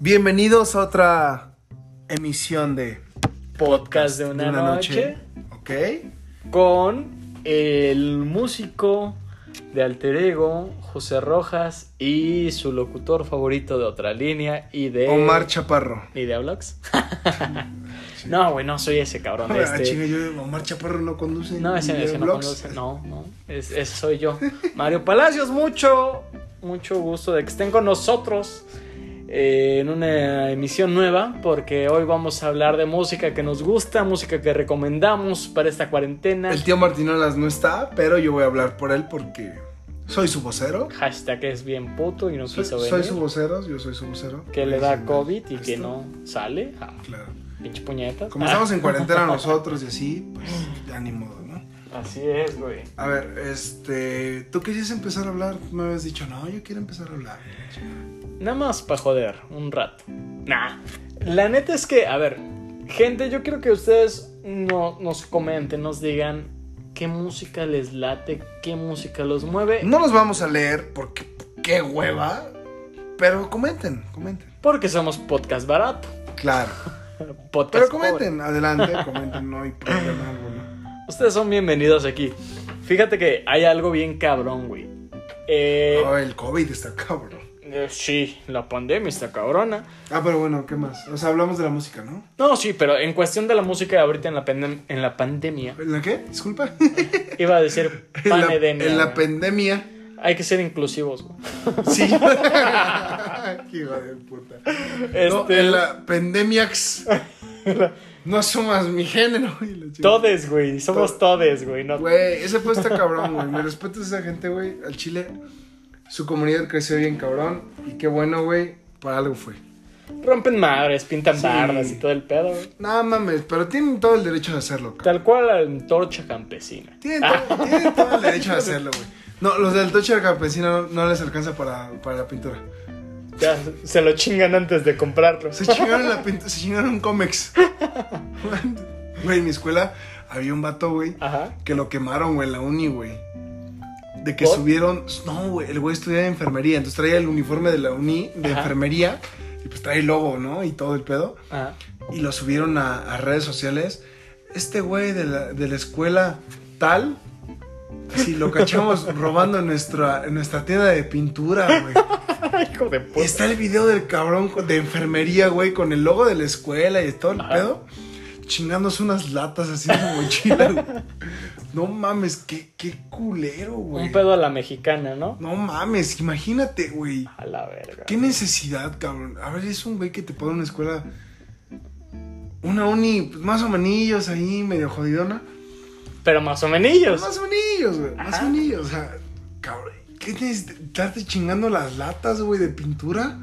Bienvenidos a otra emisión de Podcast de una, noche, ¿ok? con el músico de alter ego José Rojas y su locutor favorito de otra línea y de Omar Chaparro. y de Ablox. no, güey, no soy ese cabrón. Ah, este- chinga, yo- Omar Chaparro no conduce. No, ese, ese no videoblogs. conduce, No, no. es- ese soy yo. Mario Palacios, mucho, mucho gusto de que estén con nosotros eh, en una emisión nueva, porque hoy vamos a hablar de música que nos gusta, música que recomendamos para esta cuarentena. El tío Martinolas no está, pero yo voy a hablar por él porque soy su vocero. Hashtag es bien puto y no Soy, quiso soy venir. su vocero, yo soy su vocero. que le da Sí, COVID y que esto, no sale. Ah, Claro. pinche puñeta. Ah, Como estamos en cuarentena nosotros y así, pues ya ni modo, ¿no? Así es, güey. A ver, este. Tú quisieras empezar a hablar, me habías dicho, no, yo quiero empezar a hablar. Nada más para joder, un rato. Nah. La neta es que, a ver, gente, yo quiero que ustedes no, nos comenten, nos digan qué música les late, qué música los mueve. No los vamos a leer porque qué hueva. Pero comenten, comenten. Porque somos podcast barato. Claro. Podcast Pero pobre. comenten, adelante, comenten, no hay problema alguno. Ustedes son bienvenidos aquí. Fíjate que hay algo bien cabrón, güey. Eh, Oh, el COVID está cabrón. eh, sí, la pandemia está cabrona. Ah, pero bueno, ¿qué más? O sea, hablamos de la música, ¿no? No, sí, pero en cuestión de la música ahorita en la, pandem- en la pandemia, ¿En la qué? Disculpa. iba a decir en la, pandemia. en la güey. pandemia. Hay que ser inclusivos, güey. Sí. Qué hijo de puta. No, Este, en la pandemia. No sumas mi género. y la chingada. Todes, güey. Somos todes, güey. No, Güey, ese fue está cabrón, güey. Me respeto a esa gente, güey. Al Chile, su comunidad creció bien cabrón. Y qué bueno, güey. Para algo fue. Rompen madres, pintan Sí. bardas y todo el pedo, güey. No mames, pero tienen todo el derecho de hacerlo, cabrón. Tal cual la antorcha campesina. Tienen, to- tienen todo el derecho de hacerlo, güey. No, los del Tocho de Campesino no, no les alcanza para, para la pintura. Ya se lo chingan antes de comprarlo. Se chingaron la pintura, se chingaron un cómex. Güey, en mi escuela había un vato, güey, Ajá. que lo quemaron, güey, en la uni, güey. De que ¿Por? subieron. No, güey, el güey estudiaba enfermería. Entonces traía el uniforme de la uni de Ajá. enfermería. Y pues trae el logo, ¿no? Y todo el pedo. Ajá. Y lo subieron a, a redes sociales. Este güey de la, de la escuela tal. Si lo cachamos robando en nuestra, en nuestra tienda de pintura, güey. Hijo de Y puta. Pues está el video del cabrón con- de enfermería, güey, con el logo de la escuela y todo el Ajá. pedo. Chingándose unas latas así en su mochila, güey. No mames, qué, qué culero, güey. Un pedo a la mexicana, ¿no? No mames, imagínate, güey. A la verga. Qué necesidad, cabrón. A ver, es un güey que te pone una escuela. Una uni, pues, más o menos ahí, medio jodidona. Pero más o menos. Pues Más o menos, güey. Más Ajá. o menos, o sea, cabrón. ¿Qué tienes? ¿Estarte chingando las latas, güey, de pintura?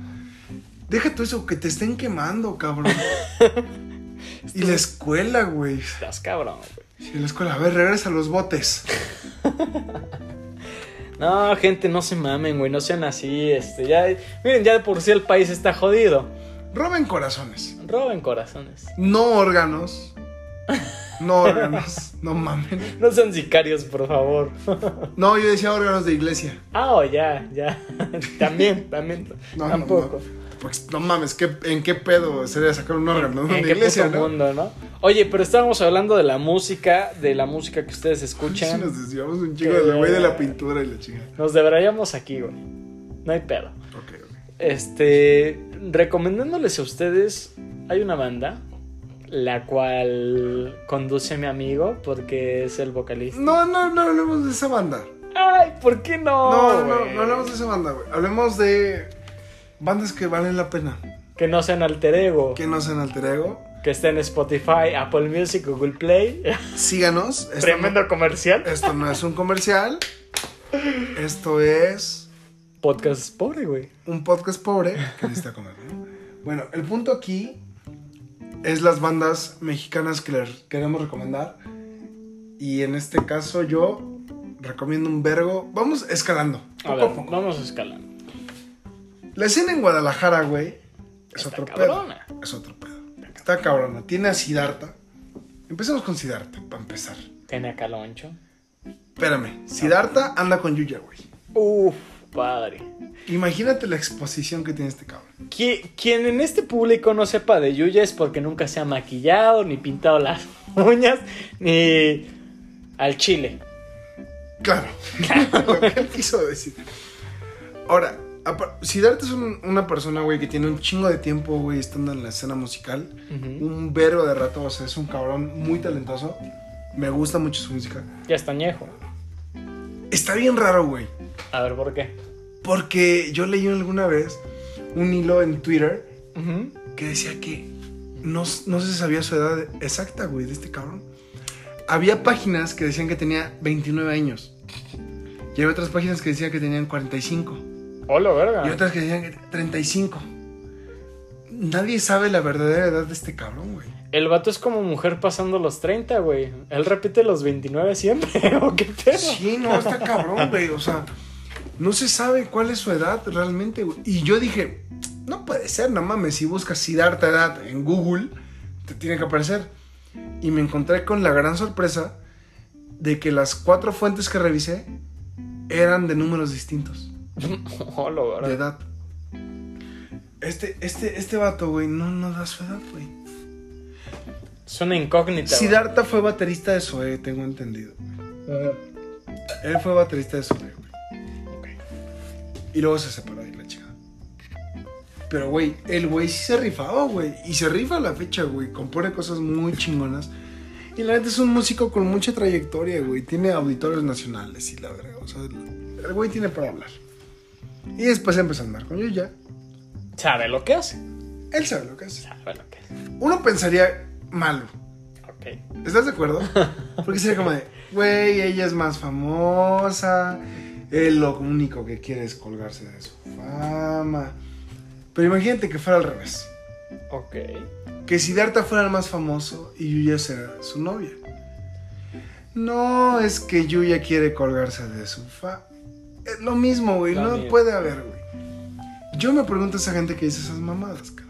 Deja todo eso, que te estén quemando, cabrón. y la escuela, güey. Estás cabrón, güey. Sí, la escuela. A ver, regresa a los botes. No, gente, no se mamen, güey. No sean así. Este, ya. Miren, ya de por sí el país está jodido. Roben corazones. Roben corazones. No órganos. No órganos. no mamen. No sean sicarios, por favor. No, yo decía órganos de iglesia. Ah, oh, ya, ya. también, también. No, no, tampoco. No, Porque, no mames, ¿qué- ¿en qué pedo sería sacar un órgano de ¿En una qué iglesia, puto no? mundo, no? Oye, pero estábamos hablando de la música, de la música que ustedes Sí, escuchan. nos desviamos un chico del güey de la pintura y la chingada. Nos deberíamos aquí, güey. No hay pedo. Ok, ok. Este, recomendándoles a ustedes, hay una banda, la cual conduce mi amigo porque es el vocalista. No, no, no hablemos de esa banda. Ay, ¿por qué no? No, no, no, Oh, güey? no hablemos de esa banda, güey. Hablemos de bandas que valen la pena. Que no sean alter ego, Que no sean alter ego. que esté en Spotify, Apple Music, Google Play. Síganos. Esto Tremendo no- comercial. esto no es un comercial. Esto es Podcast pobre, güey. un podcast pobre que necesita comer. ¿no? Bueno, el punto aquí es las bandas mexicanas que les queremos recomendar. Y en este caso yo recomiendo un vergo. Vamos escalando. A poco ver, a poco. vamos escalando. La escena en Guadalajara, güey, es Está otro cabrona. pedo. Es otro pedo. Está cabrona. Tiene a Sidarta. Empecemos con Sidarta, para empezar. Tiene a Caloncho. Espérame. Sidarta anda con Yuya, güey. Uf, padre. Imagínate la exposición que tiene este cabrón. Qui- Quien en este público no sepa de Yuya es porque nunca se ha maquillado, ni pintado las uñas, ni al chile. Claro. Lo que él quiso decir. Ahora, apar- si Darte es un- una persona, güey, que tiene un chingo de tiempo, güey, estando en la escena musical, Ujú. un verbo de rato, o sea, es un cabrón muy talentoso. Me gusta mucho su música. Ya está añejo. Está bien raro, güey. A ver por qué. Porque yo leí alguna vez un hilo en Twitter Ujú. que decía que no, no se sabía su edad exacta, güey, de este cabrón. Había páginas que decían que tenía 29 años. Y había otras páginas que decían que tenían 45. Hola, verga. Y otras que decían que 35. Nadie sabe la verdadera edad de este cabrón, güey. El vato es como mujer pasando los 30, güey. Él repite los 29 siempre, ¿o qué pedo? Sí, no, está cabrón, güey. O sea, no se sabe cuál es su edad realmente, güey. Y yo dije, no puede ser, no mames. Si buscas Siddhartha edad en Google, te tiene que aparecer. Y me encontré con la gran sorpresa de que las cuatro fuentes que revisé eran de números distintos, Hola, de verga. edad. Este, este, este vato, güey, no, no da su edad, güey. Es una incógnita. güey. Siddhartha fue baterista de Zoe, tengo entendido. Él fue baterista de Zoe, güey. Y luego se separó de la chica. Pero, güey, el güey sí se rifaba, güey. Y se rifa a la fecha, güey. Compone cosas muy chingonas. Y la neta es un músico con mucha trayectoria, güey. Tiene auditorios nacionales y la verga. O sea, el el güey tiene para hablar. Y después empezó a andar con Yuya. Sabe lo que hace. Él sabe lo que hace. Sabe lo que hace. Uno pensaría malo. Ok. ¿Estás de acuerdo? Porque sería como de, güey, ella es más famosa, él lo único que quiere es colgarse de su fama. Pero imagínate que fuera al revés, Ok. que Siddhartha fuera el más famoso y Yuya será su novia. No es que Yuya quiere colgarse de su fama. Es lo mismo, güey, Lo no mismo. puede haber, güey. Yo me pregunto a esa gente que dice esas mamadas, cabrón.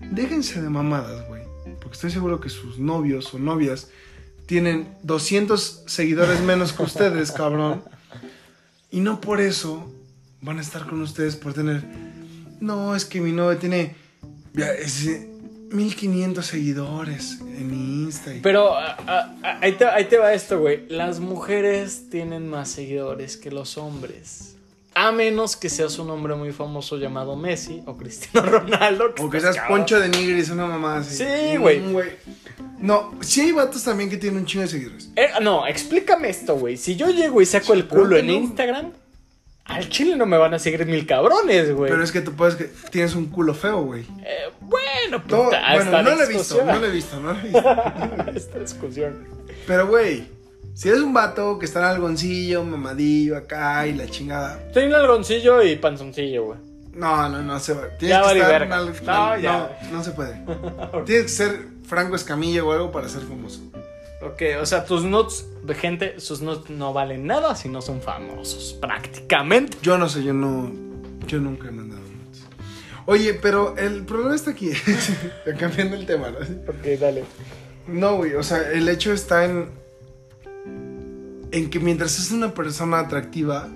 Déjense de mamadas, güey. Porque estoy seguro que sus novios o novias tienen 200 seguidores menos que ustedes, cabrón. Y no por eso van a estar con ustedes por tener... No, es que mi novia tiene ya, es, eh, 1500 seguidores en Insta. y- Pero ah, ah, ah, ahí, te, ahí te va esto, güey. Las mujeres tienen más seguidores que los hombres. A menos que seas un hombre muy famoso llamado Messi o Cristiano Ronaldo. o que seas estás pues, cabrón. Poncho de Nigris, una mamá así. Sí, güey. Mm, No, sí hay vatos también que tienen un chingo de seguidores. Eh, no, explícame esto, güey. Si yo llego y saco el culo Claro que en no. Instagram, al chile no me van a seguir mil cabrones, güey. Pero es que tú puedes que tienes un culo feo, güey. Eh, bueno, Todo- puta, bueno, está no la lo he visto, discusión. no lo he visto, no lo he visto. Esta discusión. Pero, güey, si eres un vato que está en algoncillo, mamadillo acá y la chingada. Tengo un algoncillo y panzoncillo, güey. No, no, no se va. Tienes Ya que vale estar verga. en algo- No, no, ya. no, no se puede. Tienes que ser Franco Escamilla o algo para ser famoso. Ok, o sea, tus nuts, gente, sus nuts no valen nada si no son famosos, prácticamente. Yo no sé, yo no. Yo nunca he mandado notes. Oye, pero el problema está aquí. Cambiando el tema, ¿no? Ok, dale. No, güey, o sea, el hecho está en. En que mientras es una persona atractiva,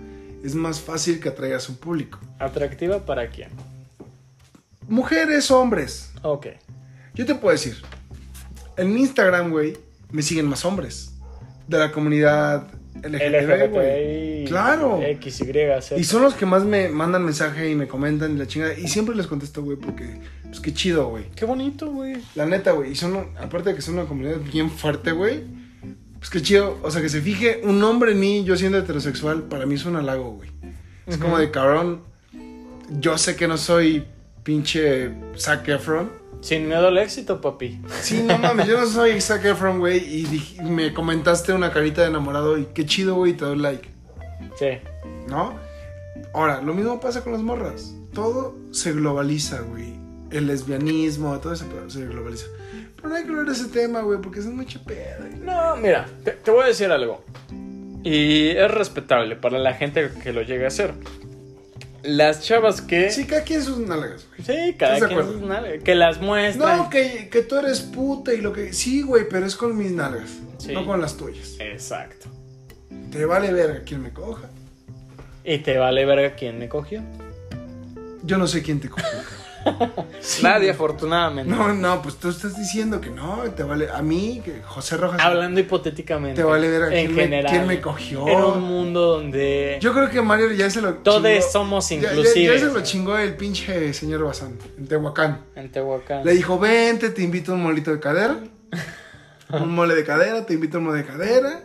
es más fácil que atraiga a su público. ¿Atractiva para quién? Mujeres, hombres. Ok. Yo te puedo decir. En Instagram, güey, me siguen más hombres. De la comunidad LGTB, güey. LGBTI. Claro. X, Y, Z. Y son los que más me mandan mensaje y me comentan y la chingada. Y siempre les contesto, güey, porque. Pues qué chido, güey. Qué bonito, güey. La neta, güey. Y son, aparte de que son una comunidad bien fuerte, güey. Pues qué chido. O sea, que se fije un hombre en mí, yo siendo heterosexual, para mí es un halago, güey. Es como de cabrón. Yo sé que no soy pinche Zac Efron. Sin miedo al éxito, papi. Sí, no mames, yo no soy Zac Efron, güey. Y dij- me comentaste una carita de enamorado y qué chido, güey, te doy like, Sí. ¿no? Ahora, lo mismo pasa con las morras. Todo se globaliza, güey. El lesbianismo, todo eso pero se globaliza. Pero no hay que hablar de ese tema, güey, porque es mucha peda. güey. No, mira, te, te voy a decir algo. Y es respetable para la gente que lo llegue a hacer. Las chavas que. Sí, cada quien sus nalgas, güey. Sí, cada ¿Estás de quien acuerdo? sus nalgas, que las muestran. No, que, que tú eres puta y lo que... Sí, güey, pero es con mis nalgas, Sí. no con las tuyas. Exacto. Te vale verga quien me coja. Y te vale verga quién me cogió. Yo no sé quién te cogió, cabrón. Sí, Nadie, güey. afortunadamente. No, no, pues tú estás diciendo que no, te vale. A mí, que José Rojas. Hablando hipotéticamente. Te vale verga En quién, me- general. quién me cogió. Era un mundo donde Yo creo que Mario ya se lo. todos chingó- somos ya- ya- inclusives. Ya, se lo chingó el pinche señor Bazán, en Tehuacán. En Tehuacán. Le dijo, vente, te invito a un molito de cadera. Un mole de cadera, te invito a un mole de cadera.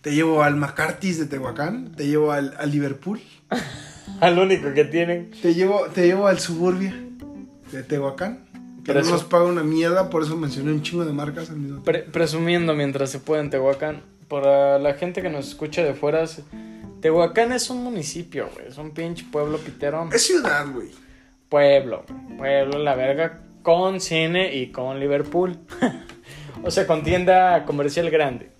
Te llevo al McCarthy's de Tehuacán. Te llevo al, al Liverpool. Al único que tienen. Te llevo, te llevo al Suburbia de Tehuacán. Que Pero no eso- nos paga una mierda, por eso mencioné un chingo de marcas al mismo tiempo. Pre- presumiendo mientras se puede en Tehuacán. Para la gente que nos escucha de fuera, se- Tehuacán es un municipio, güey. Es un pinche pueblo piterón. Es ciudad, güey. Pueblo. Pueblo, la verga. Con cine y con Liverpool. o sea, con tienda comercial grande.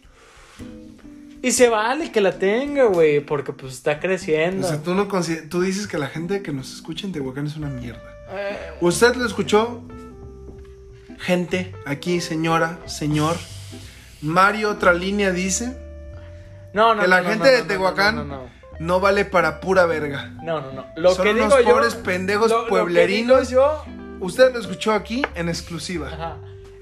Y se vale que la tenga, güey. Porque pues está O creciendo. sea, tú, no consider- tú dices que la gente que nos escucha en Tehuacán es una mierda. Eh, ¿Usted lo escuchó? Gente, aquí, señora, señor. Mario, otra línea dice, no, no, Que la no, no, gente no, de no, no, Tehuacán- no, no, no. no vale para pura verga. No, no, no. Lo Son que unos digo yo. pobres pendejos lo- lo que pueblerinos. digo yo. Usted lo escuchó aquí en exclusiva. Ajá.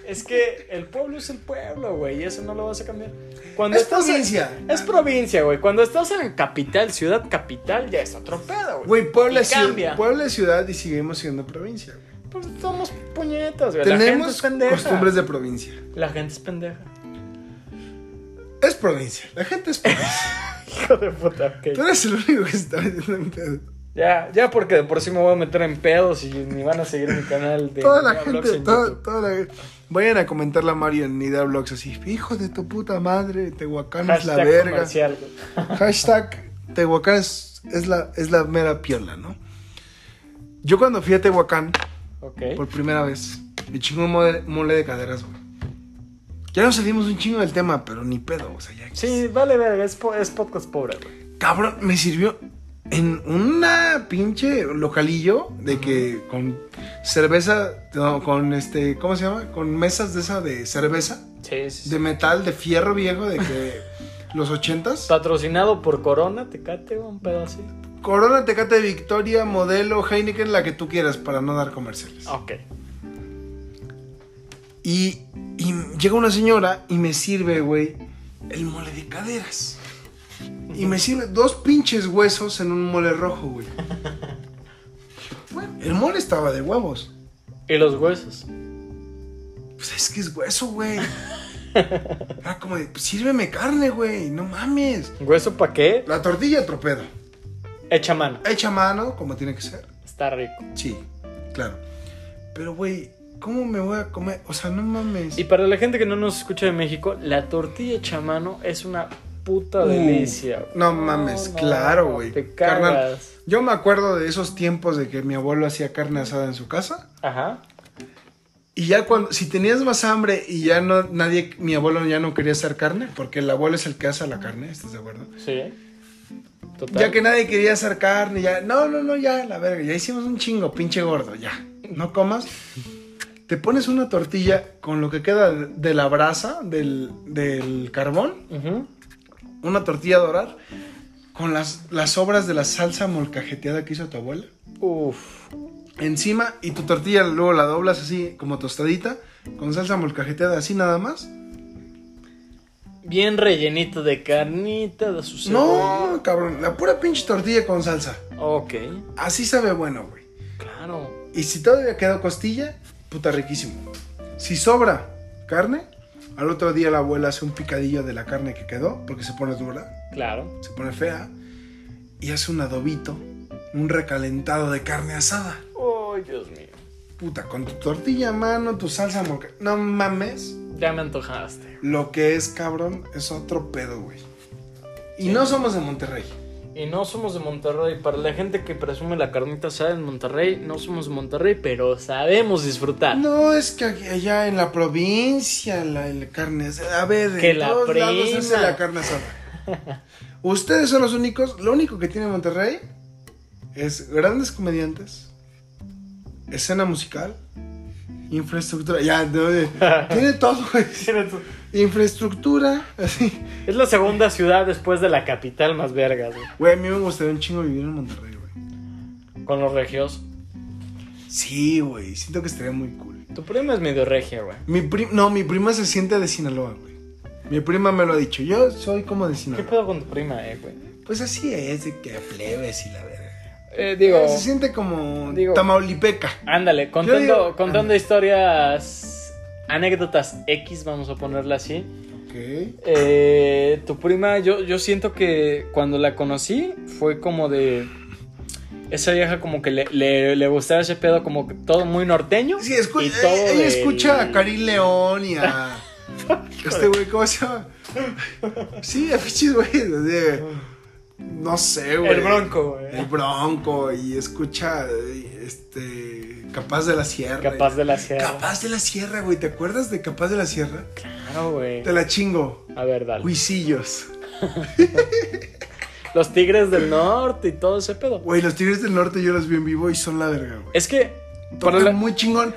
Es que el pueblo es el pueblo, güey, y eso no lo vas a cambiar. Cuando Es estás en- provincia. es provincia, güey. Cuando estás en capital, ciudad capital, ya es otro pedo, güey. Güey, Puebla, Y es ciu- cambia. Puebla es ciudad y seguimos siendo provincia. güey. Pues somos puñetas, güey. la gente es Tenemos pendeja. costumbres de provincia. La gente es pendeja. Es provincia. La gente es provincia. Hijo de puta, ok. Tú eres el único que se está metiendo en pedo. Ya, ya porque de por sí me voy a meter en pedos y ni van a seguir mi canal de Toda la de gente, blogs en toda, YouTube. toda la- Vayan a comentarle a Mario en Nida Blogs así, hijo de tu puta madre, Tehuacán es la Hashtag verga. comercial, güey. Hashtag Tehuacán es, es la, es la mera piola, ¿no? Yo cuando fui a Tehuacán Ok. por primera vez, me chingó un mole, mole de caderas, güey. Ya nos salimos un chingo del tema, pero ni pedo, o sea, ya. Sí, vale verga, es, po- es podcast pobre, güey. Cabrón, me sirvió en una pinche localillo de que con cerveza, no, con este, ¿cómo se llama? Con mesas de esa de cerveza, Sí, sí, sí. de metal, de fierro viejo, de que los ochentas. Patrocinado por Corona, Tecate, un pedo así. Corona, Tecate, Victoria, Modelo, Heineken, la que tú quieras para no dar comerciales. Ok. Y, y llega una señora y me sirve, güey, el mole de caderas. Y me sirve dos pinches huesos en un mole rojo, güey. Bueno, el mole estaba de huevos. ¿Y los huesos? Pues es que es hueso, güey. Era como de, pues sírveme carne, güey, no mames. ¿Hueso para qué? La tortilla tropedo. Echa mano. Hecha a mano, como tiene que ser. Está rico. Sí, claro. Pero, güey, ¿cómo me voy a comer? O sea, no mames. Y para la gente que no nos escucha de México, la tortilla hecha a mano es una puta Uh, delicia. güey. No mames, no, claro, no, güey. te Carnal, cagas. yo me acuerdo de esos tiempos de que mi abuelo hacía carne asada en su casa. Ajá. Y ya cuando, si tenías más hambre y ya no, nadie, mi abuelo ya no quería hacer carne, porque el abuelo es el que hace la carne, ¿estás de acuerdo? Sí. Total. Ya que nadie quería hacer carne, ya, no, no, no, ya, la verga, ya hicimos un chingo, pinche gordo, ya, no comas. Te pones una tortilla con lo que queda de de la brasa, del, del carbón, Ujú. una tortilla a dorar, con las, las sobras de la salsa molcajeteada que hizo tu abuela, Uf. encima, y tu tortilla luego la doblas así, como tostadita, con salsa molcajeteada, así nada más. Bien rellenito de carnita, de su No, cabrón, la pura pinche tortilla con salsa. cebolla. Ok. Así sabe bueno, güey. Claro. Y si todavía quedó costilla, puta riquísimo. Si sobra carne, al otro día la abuela hace un picadillo de la carne que quedó, porque se pone dura, Claro. se pone fea, y hace un adobito, un recalentado de carne asada. Oh, Dios mío. Puta, con tu tortilla a mano, tu salsa moca. No mames, Ya me antojaste. lo que es cabrón es otro pedo, güey. Y no somos de Monterrey. Y no somos de Monterrey. Para la gente que presume la carnita asada en Monterrey, no somos de Monterrey, pero sabemos disfrutar. No, es que aquí- allá en la provincia la, la carne asada. A ver, Que en la todos lados se hace prima. la carne asada. Ustedes son los únicos. Lo único que tiene Monterrey es grandes comediantes, escena musical, infraestructura. Ya, no, eh, tiene todo, güey. Infraestructura, así. Es la segunda ciudad después de la capital más vergas, güey. Güey, a mí me gustaría un chingo vivir en Monterrey, güey. Con los regios. Sí, güey, siento que estaría muy cool. Tu prima es medio regia, güey. Mi pri- no, mi prima se siente de Sinaloa, güey. Mi prima me lo ha dicho, yo soy como de ¿Qué Sinaloa. pedo con tu prima, eh, güey? Pues así es, de que plebes y la verga. Eh, digo, se siente como digo- Tamaulipeca. ándale, contando, digo- Ah. contando ándale. historias, anécdotas X, vamos a ponerla así. Ok. Eh, tu prima, yo, yo siento que cuando la conocí fue como de... Esa vieja como que le, le, le gustaba ese pedo como que todo muy norteño. Sí, escu- y eh, todo ella del- escucha a Karim León y a. este güey, ¿cómo se llama? Sí, a fichis, güey. de- No sé, güey. El bronco, güey. El Bronco. Y escucha. eh, Este. Capaz de la Sierra. Capaz de la sierra. Capaz de la Sierra, güey. ¿Te acuerdas de Capaz de la Sierra? Claro, güey. Te la chingo. A ver, dale. Huisillos. Los tigres del norte y todo ese pedo. Güey, los Tigres del Norte yo los vi en vivo y son la verga, güey. Es que... para Tocan la- muy chingón.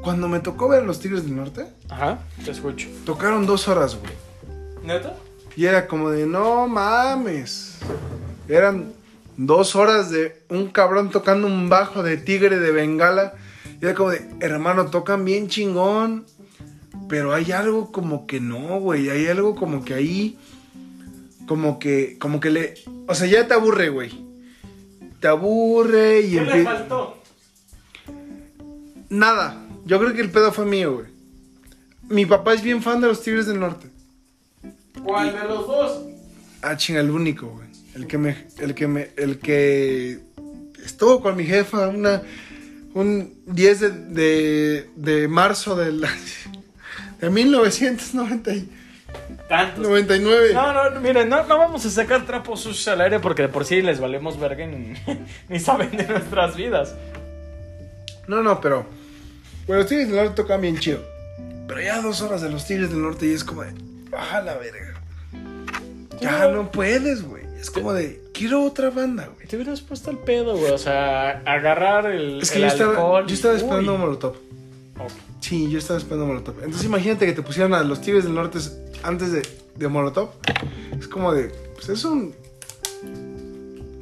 Cuando me tocó ver a los Tigres del Norte, Ajá, te escucho. tocaron dos horas, güey. ¿Neta? Y era como de, no mames. Eran dos horas de un cabrón tocando un bajo de tigre de Bengala. Y era como de, hermano, tocan bien chingón. Pero hay algo como que no, güey. Hay algo como que ahí. Como que, como que le. O sea, ya te aburre, güey. Te aburre y empie- faltó? Nada. Yo creo que el pedo fue mío, güey. Mi papá es bien fan de los Tigres del Norte. ¿Cuál de los dos? Ah, chinga, el único, güey. El que me. El que me. El que. Estuvo con mi jefa una. Un 10 de, de, de marzo del. De 1999. Tantos. No, no, miren, no, no vamos a sacar trapos sucios al aire porque de por sí les valemos verga y ni, ni saben de nuestras vidas. No, no, pero. Bueno, los Tigres del Norte tocan bien chido. Pero ya dos horas de los Tigres del Norte y es como de. Baja la verga. Ya no puedes, güey. Es como de. Quiero otra banda, güey. Te hubieras puesto el pedo, güey. O sea, agarrar el, Es que el yo estaba, alcohol yo y- estaba uy. esperando Molotov. Ok. Sí, yo estaba esperando Molotov. Entonces imagínate que te pusieran a los Tigres del Norte antes de, de Molotov. Es como de, pues es un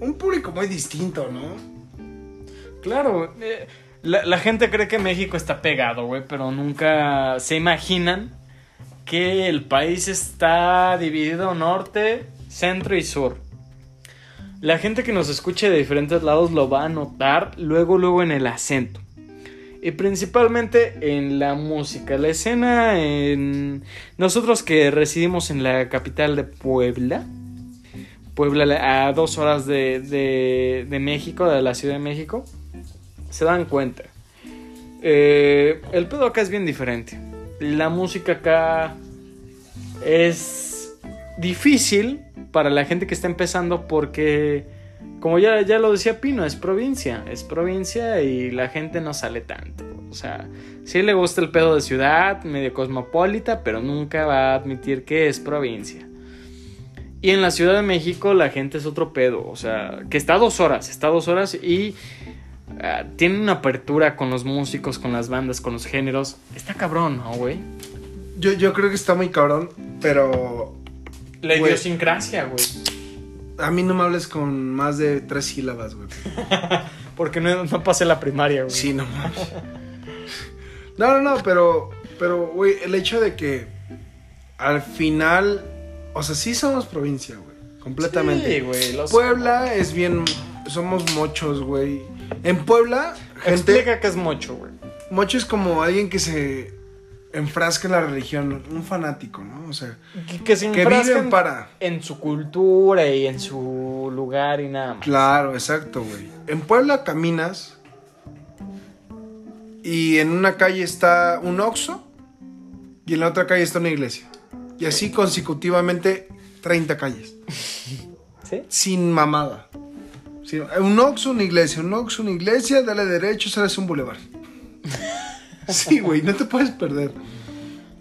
un público muy distinto, ¿no? Claro, güey. Eh, la, la gente cree que México está pegado, güey, pero nunca se imaginan que el país está dividido norte, centro y sur. La gente que nos escuche de diferentes lados lo va a notar luego, luego en el acento. Y principalmente en la música, la escena en... Nosotros que residimos en la capital de Puebla, Puebla a dos horas de, de- de México, de la Ciudad de México, se dan cuenta. Eh, el pedo acá es bien diferente. La música acá es difícil para la gente que está empezando porque, como ya, ya lo decía Pino, es provincia, es provincia y la gente no sale tanto. O sea, sí le gusta el pedo de ciudad, medio cosmopolita, pero nunca va a admitir que es provincia. Y en la Ciudad de México la gente es otro pedo. O sea, que está a dos horas, está a dos horas y ah, tiene una apertura con los músicos, con las bandas, con los géneros. Está cabrón, ¿no, güey? Yo, yo creo que está muy cabrón, pero La Güey. idiosincrasia, güey. a mí no me hables con más de tres sílabas, güey. Porque no, no pasé la primaria, güey. Sí, no mames. No, no, no, pero, pero, güey, el hecho de que al final, o sea, sí somos provincia, güey, completamente. Sí, güey. los- Puebla es bien. Somos mochos, güey. En Puebla, gente. Explica que es mucho, güey. Mocho es como alguien que se enfrasca en la religión. Un fanático, ¿no? O sea, Que, que se que enfrascan viven para. en su cultura y en su lugar y nada más. Claro, exacto, güey. En Puebla caminas. Y en una calle está un oxo. Y en la otra calle está una iglesia. Y así consecutivamente 30 calles. ¿Sí? sin mamada. Sí, un Oxxo, una iglesia, un Oxxo, una iglesia, dale derecho, sales a un bulevar. sí, güey, no te puedes perder.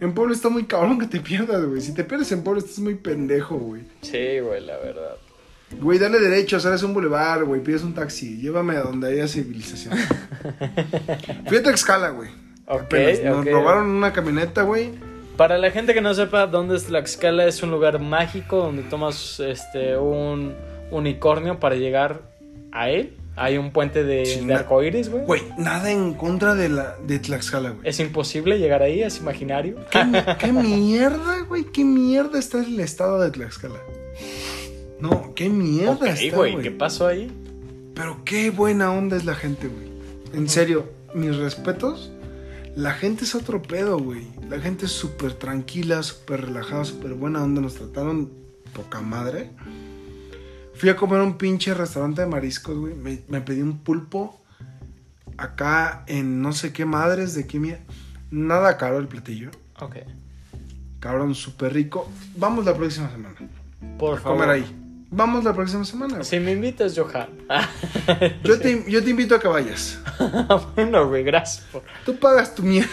En Puebla está muy cabrón que te pierdas, güey. Si te pierdes en Puebla estás muy pendejo, güey. Sí, güey, la verdad. Güey, dale derecho, sales a un bulevar, güey, pides un taxi, llévame a donde haya civilización. Fui a Tlaxcala, güey. Ok, Apenas Nos ok. robaron una camioneta, güey. Para la gente que no sepa, dónde es Tlaxcala es un lugar mágico donde tomas este un unicornio para llegar a él. Hay un puente de, Sí, de na- arcoíris, güey. Güey, nada en contra de, la, de Tlaxcala, güey. Es imposible llegar ahí, es imaginario. ¿Qué, mi- qué mierda, güey? ¿Qué mierda está el estado de Tlaxcala? No, qué mierda Ok, está, güey, güey. ¿qué pasó ahí? Pero qué buena onda es la gente, güey. En serio, mis respetos. La gente es otro pedo, güey. La gente es súper tranquila, súper relajada, súper buena onda. Nos trataron poca madre. Fui a comer a un pinche restaurante de mariscos, güey. Me, me pedí un pulpo acá en no sé qué madres de quimia. Nada caro el platillo. Ok, Cabrón, súper rico. Vamos la próxima semana. por A favor. comer ahí. Vamos la próxima semana. güey. Si me invitas, Johan. Yo te, yo te invito a que vayas. Ah, bueno, güey, gracias. por- Tú pagas tu mierda.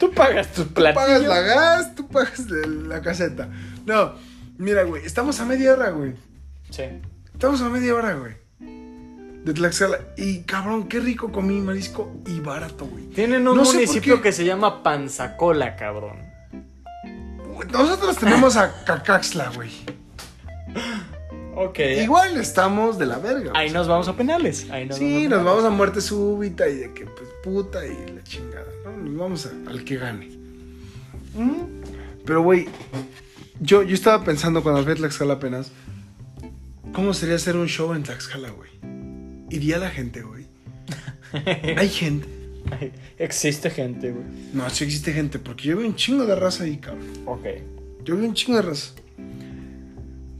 Tú pagas tus Tú pagas platillos. la gas, tú pagas la, la caseta. No, mira, güey, estamos a media hora, güey. Sí. Estamos a media hora, güey. De Tlaxcala. Y cabrón, qué rico comí marisco y barato, güey. Tienen un No sé por municipio qué. que se llama Panzacola, cabrón. Güey, Nosotros tenemos a Cacaxla, güey. Ok. Igual estamos de la verga. güey. Ahí nos vamos a penales. Ahí nos sí, vamos nos vamos a muerte súbita y de que, pues, puta y la chingada, ¿no? Nos vamos a- al que gane. Pero, güey, yo, yo estaba pensando cuando fui a Tlaxcala apenas, ¿cómo sería hacer un show en Tlaxcala, güey? Iría la gente, güey. Hay gente. Ay, Existe gente, güey. No, sí existe gente, porque yo veo un chingo de raza ahí, cabrón. Ok. Yo veo un chingo de raza.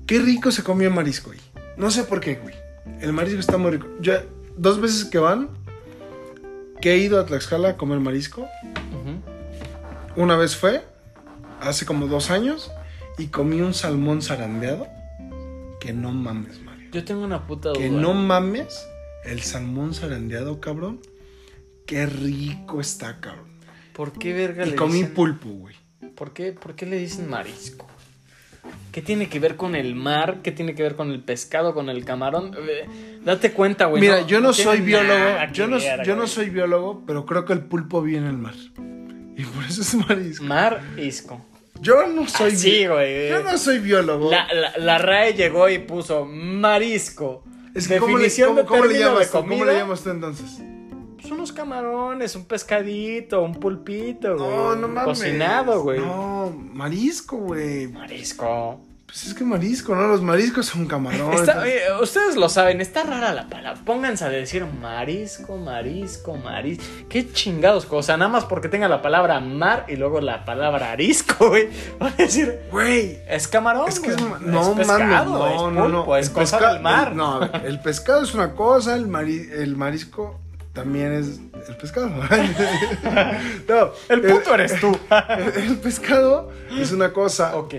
Qué rico se comió el marisco, güey. No sé por qué, güey. El marisco está muy rico. Yo, dos veces que van, que he ido a Tlaxcala a comer marisco, Ujú. Una vez fue, hace como dos años, y comí un salmón zarandeado. Que no mames, Mario. Yo tengo una puta duda. Que no mames el salmón zarandeado, cabrón. Qué rico está, cabrón. ¿Por qué verga Y le comí dicen- pulpo, güey. ¿Por qué, ¿Por qué le dicen marisco? ¿Qué tiene que ver con el mar? ¿Qué tiene que ver con el pescado, con el camarón? Eh, Date cuenta, güey. Mira, yo no, soy tiene nada biólogo. que Yo no, ver, yo no güey. soy biólogo, pero creo que el pulpo viene al mar. Y por eso es marisco. Mar isco. Yo no soy sí, bi- güey. Yo no soy biólogo. La, la, la RAE llegó y puso marisco. Es que ¿cómo le, cómo- de cómo le término de llamas tú? ¿Cómo comida, le llamas tú entonces? Pues unos camarones, un pescadito, un pulpito, güey. No, no mames. Cocinado, güey. No, marisco, güey. Marisco. Pues es que marisco, ¿no? Los mariscos son camarones. Está- oye, ustedes lo saben, está rara la palabra. Pónganse a decir marisco, marisco, marisco. Qué chingados, o sea, nada más porque tenga la palabra mar y luego la palabra arisco, güey. Van a decir, Güey. es camarón. Es que es, güey, ma- no, mames, pescado, no, es no, pulpo, no. es El cosa pesca- del mar. el- no, a ver, el pescado es una cosa, el, mari- el marisco también es el pescado. no, El eh, puto eres tú. El, el pescado es una cosa, ok.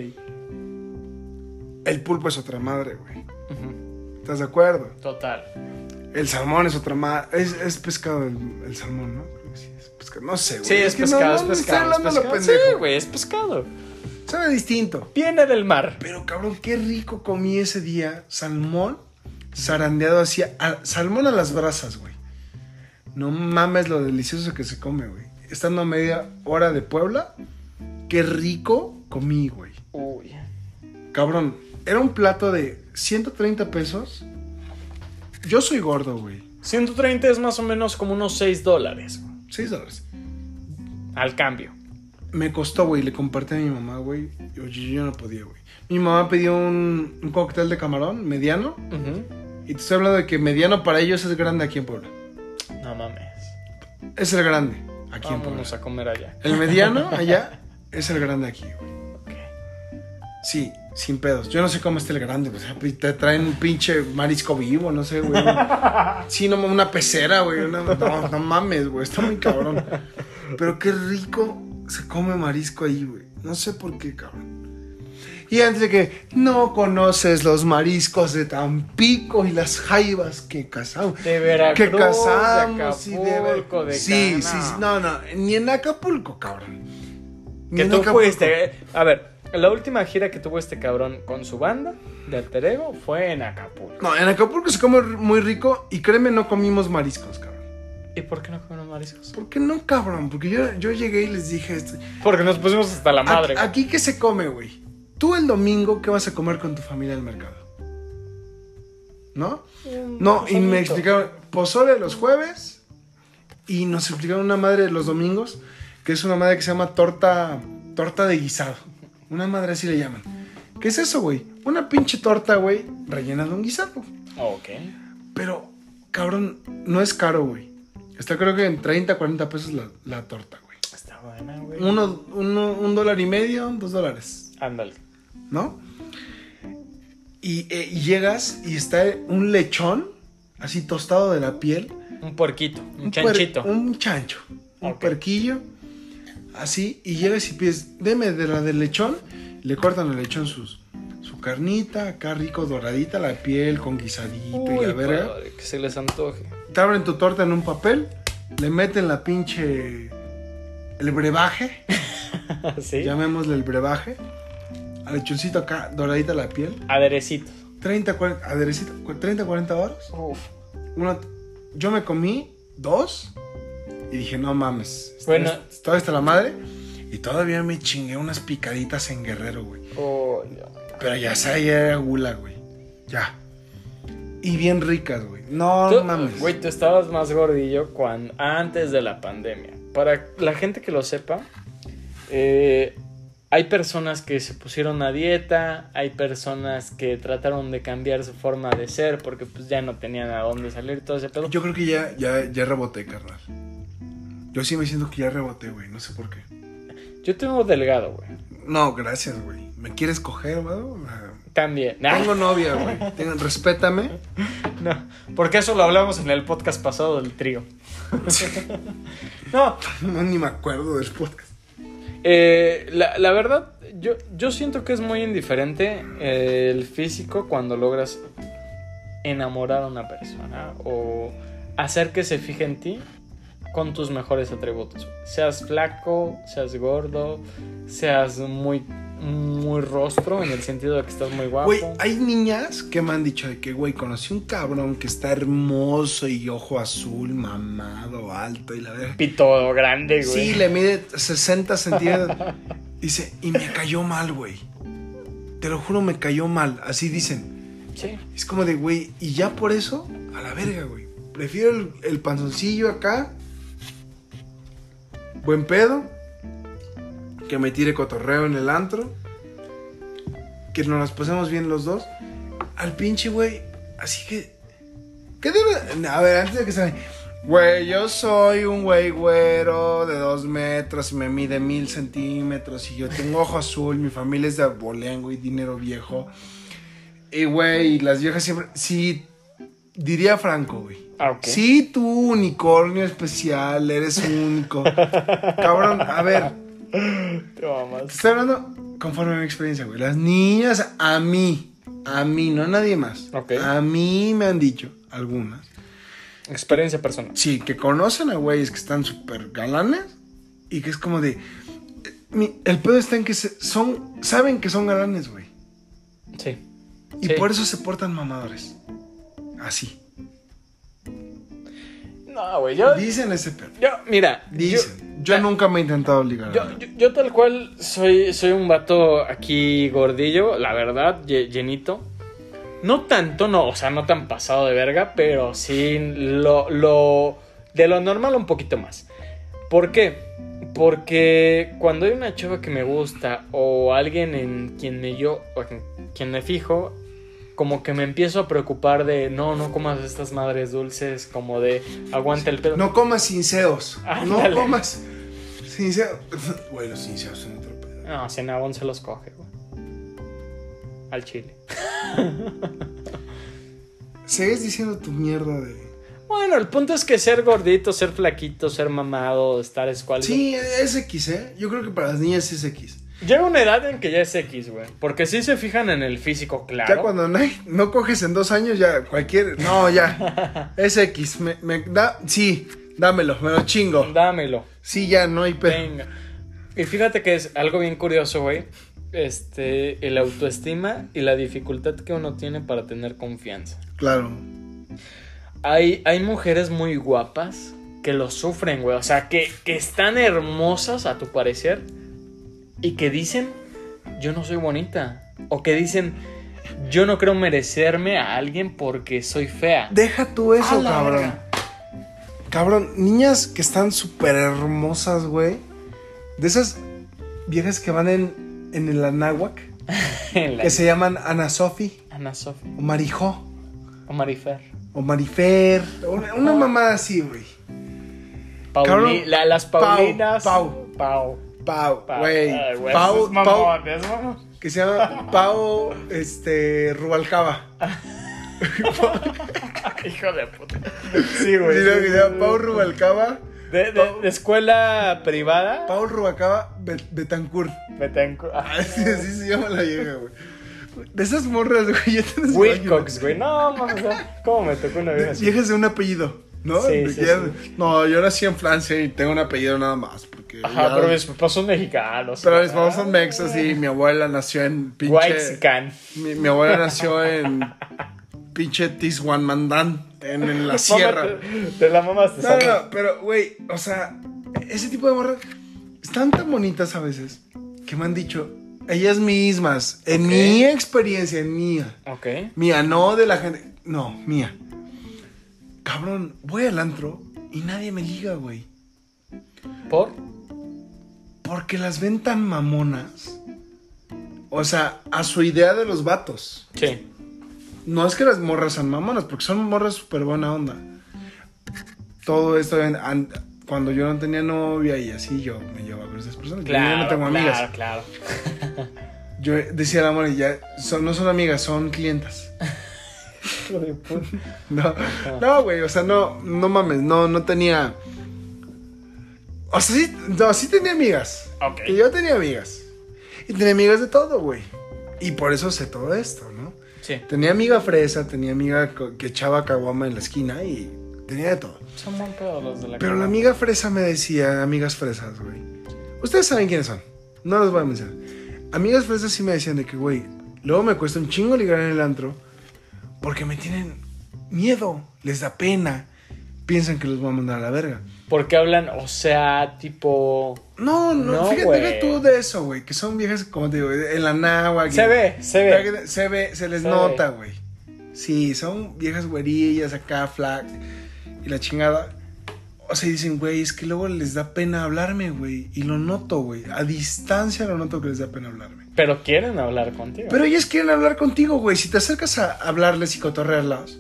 el pulpo es otra madre, güey. Ujú, ¿Estás de acuerdo? Total. El salmón es otra madre. Es, es pescado el, el salmón, ¿no? Creo que sí, es pescado. No sé, güey. Sí, es que pescado, es no, no, estoy pescado. es hablando a lo pescado. Sí, pendejo. güey, es pescado. Sabe distinto. Viene del mar. Pero cabrón, qué rico comí ese día. Salmón zarandeado así. a- salmón a las brasas, güey. No mames lo delicioso que se come, güey. Estando a media hora de Puebla, qué rico comí, güey. Uy. Cabrón, era un plato de 130 pesos. Yo soy gordo, güey. 130 es más o menos como unos 6 dólares güey, 6 dólares. al cambio. Me costó, güey. Le compartí a mi mamá, güey. Yo, yo- yo no podía, güey. Mi mamá pidió un, un cóctel de camarón mediano. Ujú. Y te estoy hablando de que mediano para ellos es grande aquí en Puebla. No mames. Es el grande aquí en Puebla. Vámonos a comer allá. El mediano allá es el grande aquí, güey. Sí, sin pedos. Yo no sé cómo está el grande, o sea, te traen un pinche marisco vivo, no sé, güey. Sí, no, una pecera, güey. una- no, no mames, güey. Está muy cabrón. Pero qué rico se come marisco ahí, güey. No sé por qué, cabrón. Y antes de que no conoces los mariscos de Tampico y las jaivas que cazamos. De Veracruz, que cazamos de y de Acapulco, de sí, Cana. sí, sí, no, no, ni en Acapulco, cabrón. Ni Que en tú Acapulco. fuiste. eh. A ver, la última gira que tuvo este cabrón con su banda de alter ego fue en Acapulco. No, en Acapulco se come muy rico y créeme, no comimos mariscos, cabrón. ¿Y por qué no comieron mariscos? ¿Por qué no, cabrón? Porque yo, yo llegué y les dije esto. Porque nos pusimos hasta la madre. Aquí, aquí qué se come, güey. Tú el domingo, ¿qué vas a comer con tu familia al mercado? ¿No? No, y me explicaron, pozole los jueves y nos explicaron una madre de los domingos, que es una madre que se llama torta, torta de guisado. Una madre así le llaman. ¿Qué es eso, güey? Una pinche torta, güey, rellena de un guisado. Ok. Pero, cabrón, no es caro, güey. Está creo que en 30, 40 pesos la, la torta, güey. Está buena, güey. Uno, uno- un dólar y medio, dos dólares, Ándale. ¿no? Y, eh, y llegas y está un lechón, así tostado de la piel. Un puerquito, un, puer- chanchito. un chancho, un Ok. perquillo, así. Y llegas y pides, deme de la del lechón. Le cortan al lechón sus, su carnita, acá rico, doradita, la piel con guisadito y la Uy, verga. padre, que se les antoje. te abren tu torta en un papel, le meten la pinche. el brebaje, ¿Sí? llamémosle el brebaje, al lechoncito acá, doradita la piel, Aderecitos. 30, 40, aderecito, cu- 30, 40 horas. Uf. Una, yo me comí dos y dije, no mames, estoy- Bueno. todavía está la madre. Y todavía me chingué unas picaditas en Guerrero, güey. Oh, Dios. Pero ya sé, ya era gula, güey. Ya. Y bien ricas, güey. No Tú- mames. Güey, tú estabas más gordillo cuando, antes de la pandemia. Para la gente que lo sepa, eh, hay personas que se pusieron a dieta, hay personas que trataron de cambiar su forma de ser porque pues ya no tenían a dónde salir todo ese pedo. Yo creo que ya, ya, ya reboté, carnal. Yo sí me siento que ya reboté, güey. No sé por qué. Yo tengo delgado, güey. No, gracias, güey. ¿Me quieres coger, güey? También. Tengo novia, güey. Tengo- respétame. No, porque eso lo hablamos en el podcast pasado del trío. no, No, ni me acuerdo del podcast. eh, la, la verdad, yo, yo siento que es muy indiferente eh, el físico cuando logras enamorar a una persona o hacer que se fije en ti con tus mejores atributos. Seas flaco, seas gordo, seas muy, muy rostro en el sentido de que estás muy guapo. Güey, hay niñas que me han dicho de que, güey, conocí un cabrón que está hermoso y ojo azul, mamado, alto y la verga. Pito grande, güey. Sí, le mide 60 centímetros. Dice, y me cayó mal, güey. Te lo juro, me cayó mal. Así dicen. Sí. Es como de, güey, y ya por eso, a la verga, güey. Prefiero el, el panzoncillo acá. Buen pedo. Que me tire cotorreo en el antro. Que nos las pasemos bien los dos. Al pinche, güey. Así que. ¿Qué debe? A ver, antes de que se. Güey, yo soy un güey güero de dos metros y me mide mil centímetros y yo tengo ojo azul, mi familia es de abolengo y dinero viejo. Y, güey, las viejas siempre. Sí, diría Franco, güey. Ah, ok. Sí, tú, unicornio especial, eres único. Cabrón, a ver, Te mamas. te estoy hablando conforme a mi experiencia, güey. Las niñas, a mí, a mí, no a nadie más. Ok. A mí me han dicho, algunas. Experiencia personal. Sí, que conocen a güeyes que están súper galanes y que es como de. eh, mi- el pedo está en que se- son. Saben que son galanes, güey. Sí. Y Sí. por eso se portan mamadores. Así. No, güey, yo, Dicen ese pedo. yo, mira, Dicen. Yo, yo- nunca me he intentado ligar. a yo, nadie. yo, yo tal cual soy, soy un vato aquí gordillo, la verdad, lle- llenito. No tanto, no, o sea, no tan pasado de verga, pero sí lo, lo, de lo normal un poquito más. ¿Por qué? Porque cuando hay una chava que me gusta o alguien en quien me yo, o en quien me fijo, como que me empiezo a preocupar de, no, no comas estas madres dulces, como de, aguanta el pedo. No comas sinceos. Ándale. no comas sinceos. Güey, los sinceos son otro pedo. No, Cenabón se los coge, güey. Al chile. Sigues diciendo tu mierda de. Bueno, el punto es que ser gordito, ser flaquito, ser mamado, estar escuálido. Sí, es X, ¿eh? Yo creo que para las niñas es X. Llega una edad en que ya es X, güey. Porque sí se fijan en el físico, claro. Ya cuando no, hay- no coges en dos años, ya cualquier. No, ya. Es X. Me, me da. Sí, dámelo, me lo chingo. Dámelo. Sí, ya, no hay pedo. Venga. Y fíjate que es algo bien curioso, güey. Este, el autoestima y la dificultad que uno tiene para tener confianza. Claro. Hay, hay mujeres muy guapas que lo sufren, güey. O sea, que, que están hermosas a tu parecer y que dicen, yo no soy bonita. O que dicen, yo no creo merecerme a alguien porque soy fea. Deja tú eso, A la cabrón. verga. Cabrón, niñas que están súper hermosas, güey. De esas viejas que van en, en el Anáhuac, La- que se llaman Ana Sofi, Ana Sofía o Marijó, o Marifer. o Marifer, una, una mamada así, güey. Pauli- Cabrón, la- las Pau, Paulinas. Pau. Pau. Pau, Pau. güey. Ay, güey, eso Pau, es Pau, mamón, es mamón. que se llama Pau, este, Rubalcaba. Hijo de puta. Sí, güey. Mira, sí, que sí, se llama sí. Pau Rubalcaba, De, de- de escuela privada. Pau Rubalcaba Bet- Betancourt. Betancourt. Ah, Así, así se llama la vieja, güey. De esas morras, güey, ya te las Wilcox, imaginas. güey. No, mames. no. ¿Cómo me tocó una vida así? Viejas de un apellido, ¿no? Sí, De sí, que ya- sí. No, yo nací en Francia y tengo un apellido nada más. Porque Ajá, ya- pero Ah. mis papás son mexicanos. pero mis papás son mexas y mi abuela nació en pinche. Whitexican. Mi, mi abuela nació en pinche Tizhuanmandán, en, en la sierra. Te, te la mamas te No, no, no, pero, güey, o sea, ese tipo de morras están tan bonitas a veces que me han dicho, ellas mismas, en Ok. mi experiencia, en mía, Ok. mía, no de la gente, no, mía. Cabrón, voy al antro y nadie me liga, güey. ¿Por? Porque las ven tan mamonas. O sea, a su idea de los vatos. Sí. No es que las morras sean mamonas, porque son morras súper buena onda. Todo esto, en- an- cuando yo no tenía novia y así, yo me llevaba con esas personas. Yo ya Claro, no tengo claro, amigas. claro. Yo decía la y ya son- no son amigas, son clientas. Hijo de puta. No, no, güey, o sea, no, no mames, no, no tenía. O sea, sí, no, sí tenía amigas. Ok. Y yo tenía amigas. Y tenía amigas de todo, güey. Y por eso sé todo esto, ¿no? Sí. Tenía amiga fresa, tenía amiga co- que echaba caguama en la esquina y tenía de todo. Son buen pedo los de la Pero la mía amiga fresa me decía, amigas fresas, güey. Ustedes saben quiénes son, no los voy a mencionar. Amigas fresas sí me decían de que, güey, luego me cuesta un chingo ligar en el antro porque me tienen miedo, les da pena, piensan que los voy a mandar a la verga. Porque hablan, o sea, tipo. No, no, No, fíjate güey. deja tú de eso, güey, que son viejas, como te digo, en la náhuatl. Se ve, se ve. Se ve, se les Se nota, güey. Sí, son viejas güerillas acá, flac, y la chingada. O sea, y dicen, güey, es que luego les da pena hablarme, güey. Y lo noto, güey. A distancia lo noto que les da pena hablarme. Pero quieren hablar contigo. Pero ellas quieren hablar contigo, güey. Si te acercas a hablarles y cotorrearlas,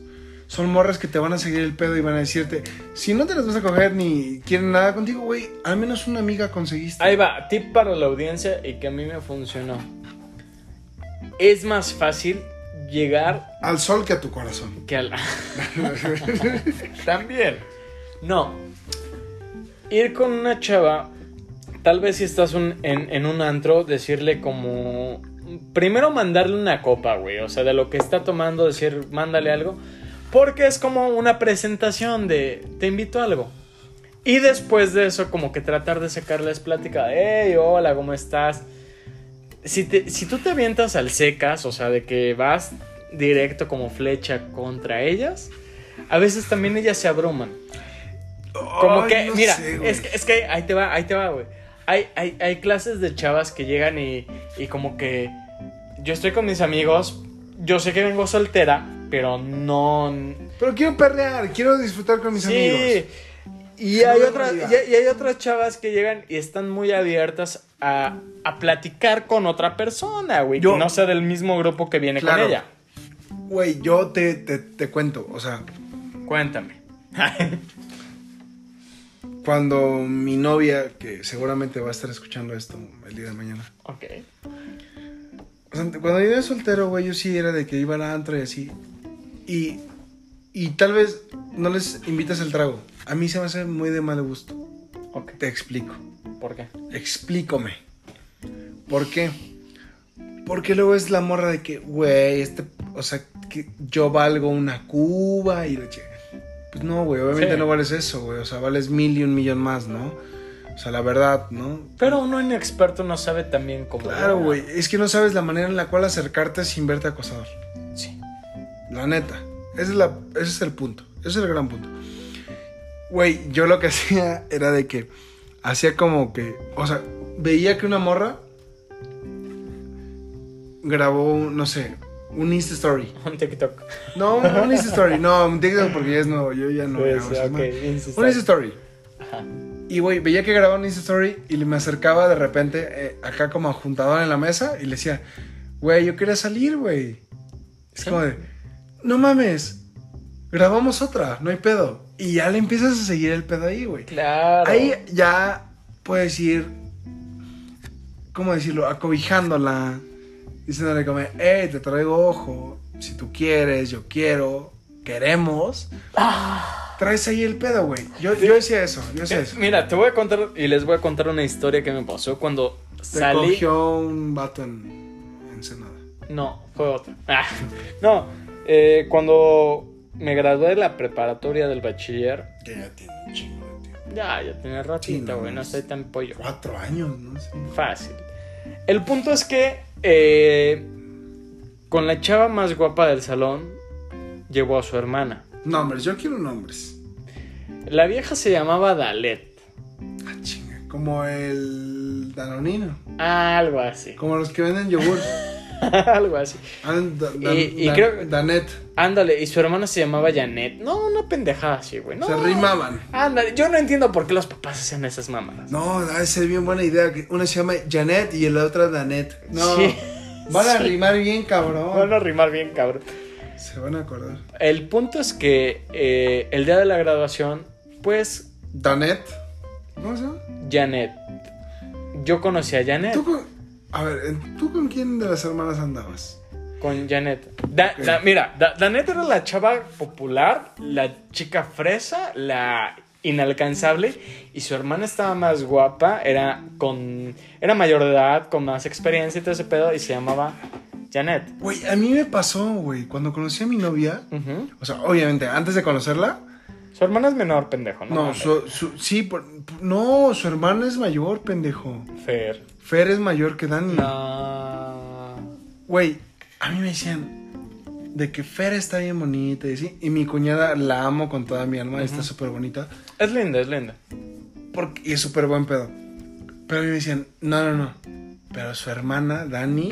son morras que te van a seguir el pedo y van a decirte, si no te las vas a coger ni quieren nada contigo, güey, al menos una amiga conseguiste. Ahí va, tip para la audiencia y que a mí me funcionó. Es más fácil llegar Al sol que a tu corazón. que a la. También. No. Ir con una chava, tal vez si estás un- en, en un antro, decirle como... Primero mandarle una copa, güey. O sea, de lo que está tomando, decir, mándale algo. Porque es como una presentación de, te invito a algo. Y después de eso, como que tratar de sacarles plática. Hey, hola, ¿cómo estás? Si, te- si tú te avientas al secas, o sea, de que vas directo como flecha contra ellas, a veces también ellas se abruman. Como Ay, que, no mira, sé, güey. es, que- es que ahí te va, ahí te va, güey. Hay, hay, hay clases de chavas que llegan y, y como que yo estoy con mis amigos, yo sé que vengo soltera, pero no... Pero quiero perrear, quiero disfrutar con mis amigos. Y hay, No me otras, digas. y, y hay otras chavas que llegan y están muy abiertas a, a platicar con otra persona, güey. Yo- Que no sea del mismo grupo que viene Claro. con ella. Güey, yo te, te, te cuento, o sea, Cuéntame. cuando mi novia, que seguramente va a estar escuchando esto el día de mañana. ok. O sea, cuando yo era soltero, güey, yo sí era de que iba al antro y así. Y, y tal vez no les invitas el trago. A mí se me hace muy de mal gusto. Ok. Te explico. ¿Por qué? Explícame. ¿Por qué? Porque luego es la morra de que, güey, este, o sea, que yo valgo una cuba y la che- Pues no, güey, obviamente Sí. no vales eso, güey. O sea, vales mil y un millón más, ¿no? O sea, la verdad, ¿no? Pero uno inexperto no sabe también cómo... Claro, güey. Es que no sabes la manera en la cual acercarte sin verte acosador. Sí. La neta. Ese es, la- ese es el punto. Ese es el gran punto. Güey, yo lo que hacía era de que hacía como que, o sea, veía que una morra grabó, un- no sé, un Insta Story. Un TikTok. No, un un Insta Story, no, un TikTok porque ya es nuevo, yo ya no. Pues, grabo esas ok, madres. Insta Un Insta Story. Ajá. Y güey, veía que grababa un Insta Story y me acercaba de repente eh, acá como juntador en la mesa y le decía, güey, yo quería salir, güey. Es Sí. como de, no mames, grabamos otra, no hay pedo. Y ya le empiezas a seguir el pedo ahí, güey. Claro. Ahí ya puedes ir, ¿cómo decirlo? Acobijándola, diciéndole como, hey, te traigo ojo, si tú quieres, yo quiero, queremos. Traes ahí el pedo, güey. Yo, yo decía eso, yo decía Ah. Eh, eso. Mira, te voy a contar y les voy a contar una historia que me pasó cuando Te salí. cogió un vato en Ensenada. No, fue otra. Ah, no, eh, cuando me gradué de la preparatoria del bachiller, Que ya tiene un chingo de tiempo. ya, ya tenía Sí, ratito, no, güey, no es- estoy tan pollo. Cuatro años, ¿no? Sí. Fácil. El punto es que eh, con la chava más guapa del salón llevó a su hermana. Nombres, yo quiero nombres. La vieja se llamaba Dalet, Ah, chinga. Como el Danonino. algo así, Como los que venden yogur. algo así. Ah, da- da- Y- y da- creo- Danet. Ándale, y su hermana se llamaba Janet. No, una pendejada así, güey. No, Se rimaban. Ándale, yo no entiendo por qué los papás hacen esas mamadas. No, esa es bien buena idea. que Una se llama Janet y la otra Danet. No. Sí. Van a Sí. rimar bien, cabrón. Van a rimar bien, cabrón. Se van a acordar. El punto es que eh, el día de la graduación, pues Danet. ¿Cómo se llama? Janet. Yo conocí a Janet. ¿Tú con... A ver, ¿tú con quién de las hermanas andabas? Con Janet. Da- Ok. da- mira, Da- Danet era la chava popular, la chica fresa, la inalcanzable. Y su hermana estaba más guapa, era con. Era mayor de edad, con más experiencia y todo ese pedo. Y se llamaba Janet. Güey, a mí me pasó, güey. Cuando conocí a mi novia, Ujú. o sea, obviamente, antes de conocerla, Su hermana es menor, pendejo, ¿no? no, su, su- sí, por- no, su hermana es mayor, pendejo. Fer. Fer es mayor que Dani. No. Güey, a mí me decían de que Fer está bien bonita y así. Y mi cuñada la amo con toda mi alma, está súper bonita. Es linda, es linda. porque- Y es súper buen pedo. Pero a mí me decían, no, no, no. Pero su hermana, Dani.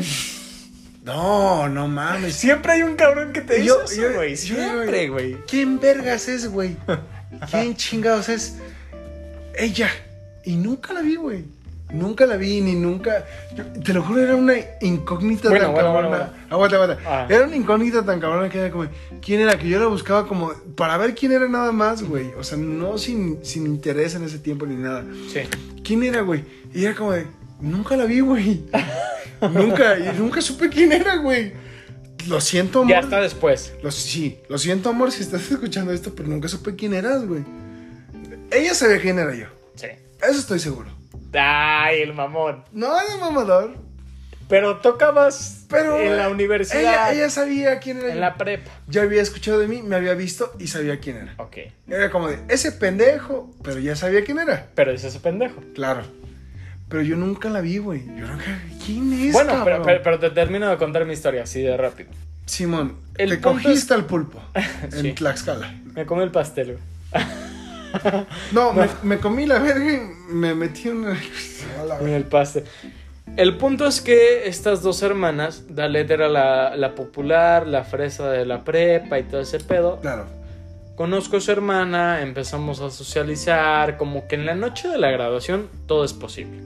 No, no mames. Siempre hay un cabrón que te dice Yo- eso, yo- güey. yo- Siempre, güey. ¿Quién vergas es, güey? ¿Quién chingados es? Ella. Y nunca la vi, güey. Nunca la vi, ni nunca. yo- te lo juro, era una incógnita Bueno, tan bueno, cabrona. bueno, bueno. Aguanta, aguanta. Ah. Era una incógnita tan cabrona que era como. ¿Quién era? Que yo la buscaba como. Para ver quién era nada más, güey. O sea, no sin, sin interés en ese tiempo ni nada. Sí. ¿Quién era, güey? Y era como de, nunca la vi, güey. nunca, y nunca supe quién era, güey. Lo siento, amor. Ya está después. Lo- sí, lo siento, amor, si estás escuchando esto, pero nunca supe quién eras, güey. Ella sabía quién era yo. Sí. Eso estoy seguro. Ay, el mamón. No de mamador, Pero tocabas pero. en la eh, universidad. Ella, ella sabía quién era En yo. la prepa. Ya había escuchado de mí, me había visto y sabía quién era. Ok. Era como de, ese pendejo, pero ya sabía quién era. Pero es ese pendejo. Claro. Pero yo nunca la vi, güey. Yo nunca. ¿Quién es? bueno, pero, cabrón? pero- pero te termino de contar mi historia así de rápido. Simón, El te punto cogiste al pulpo en Sí. Tlaxcala. Me comí el pastel, güey. No, Me, me comí la verga y me metí en el... a la Con verga. el pase. El punto es que estas dos hermanas, Dalet era la, la popular, la fresa de la prepa y todo ese pedo. Claro. Conozco a su hermana, empezamos a socializar, como que en la noche de la graduación todo es posible.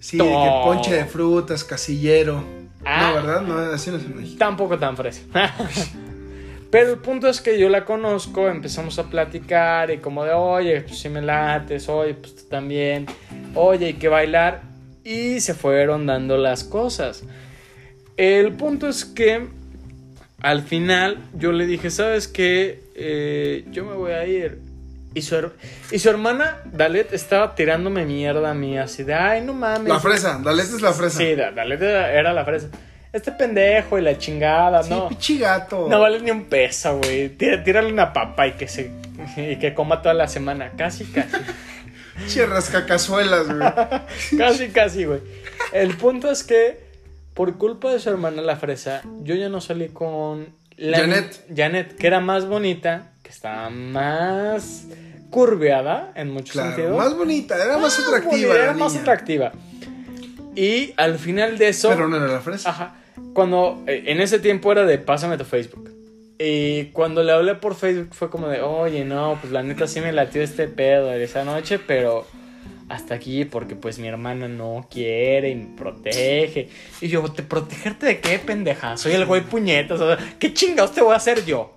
Sí, de que No. ponche de frutas, casillero. Ah. No, ¿verdad? No, así no es en México. Tampoco tan fresa. Pero el punto es que yo la conozco, empezamos a platicar y como de, oye, pues si me lates, oye, pues tú también, oye, hay que bailar. Y se fueron dando las cosas. El punto es que al final yo le dije, ¿sabes qué? Eh, yo me voy a ir. Y su, her- y su hermana, Dalet, estaba tirándome mierda a mí, así de, ay, no mames. La fresa, dale, esta es la fresa. Sí, Sí, da- dale, da- era la fresa. Este pendejo y la chingada, no. pichi gato. No vale ni un peso, güey. Tira- Tírale una papa y que se y que coma toda la semana. Casi, casi. Pichi rascacazuelas, güey. casi, casi, güey. El punto es que, por culpa de su hermana la fresa, yo ya no salí con la Janet. Janet, que era más bonita, que está más curveada en muchos Claro, sentidos. más bonita, era más atractiva. Ah, Era la más niña. atractiva. Y al final de eso. Pero no era la fresa. Ajá. Cuando eh, en ese tiempo era de pásame tu Facebook. Y cuando le hablé por Facebook fue como de, oye, no, pues la neta sí me latió este pedo de esa noche, pero hasta aquí porque pues mi hermana no quiere y me protege. Y yo, ¿te protegerte de qué, pendeja? Soy el güey puñetas. o sea, ¿Qué chingados te voy a hacer yo?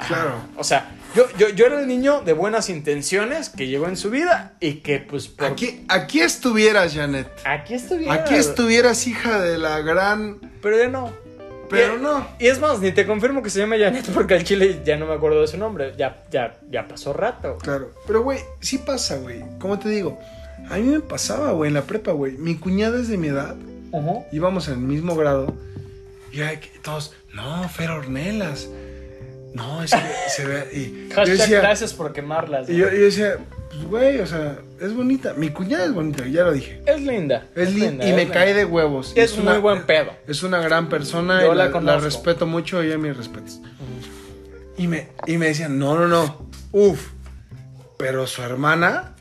Ah. Claro. O sea, yo, yo, yo era el niño de buenas intenciones que llegó en su vida y que pues por... Aquí, aquí estuvieras, Janet. aquí estuviera. Aquí estuvieras, hija de la gran. Pero ya no. Pero Y- no. Y es más, ni te confirmo que se llama Janet porque al chile ya no me acuerdo de su nombre. Ya, ya, ya pasó rato. Claro. Pero, güey, sí pasa, güey. ¿Cómo te digo? A mí me pasaba, güey, en la prepa, güey. Mi cuñada es de mi edad. íbamos en el mismo grado. Y era de que todos, no, Fer Ornelas. No, es que se ve. Y yo Hashtag decía, gracias por quemarlas. y yo, güey. yo decía, pues güey, o sea, es bonita. Mi cuñada es bonita, ya lo dije. es linda. Es linda y es me linda. cae de huevos. Es un muy buen pedo. Es una gran persona Yo y la la, la conozco. respeto mucho, ella me respeta. Y me, y me decían, no, no, no, uf, pero su hermana,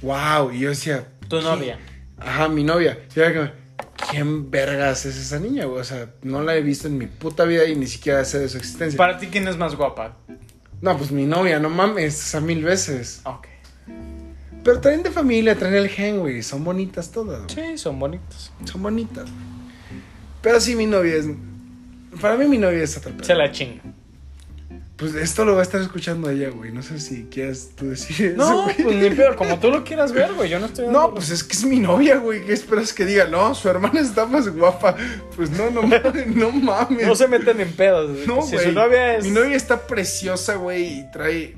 wow. Y yo decía, Tu "¿Qué? novia. Ajá, mi novia. Y era como, ¿quién vergas es esa niña, güey? O sea, no la he visto en mi puta vida y ni siquiera sé de su existencia. Para ti, ¿quién es más guapa? No, pues mi novia, no mames, o sea, mil veces. Ok. Pero traen de familia, traen el gen, güey, son bonitas todas, güey. Sí, son bonitos. Son bonitas. Pero sí, mi novia es. Para mí, mi novia es otra Se persona. la chinga. Pues esto lo va a estar escuchando ella, güey. No sé si quieras tú decir eso, No, güey. pues ni peor. Como tú lo quieras ver, güey. Yo no estoy. No, pues es que es mi novia, güey. ¿Qué esperas que diga? No, su hermana está más guapa. Pues no, no, mames, no mames. No se meten en pedos. No, si güey. su novia es. Mi novia está preciosa, güey. Y trae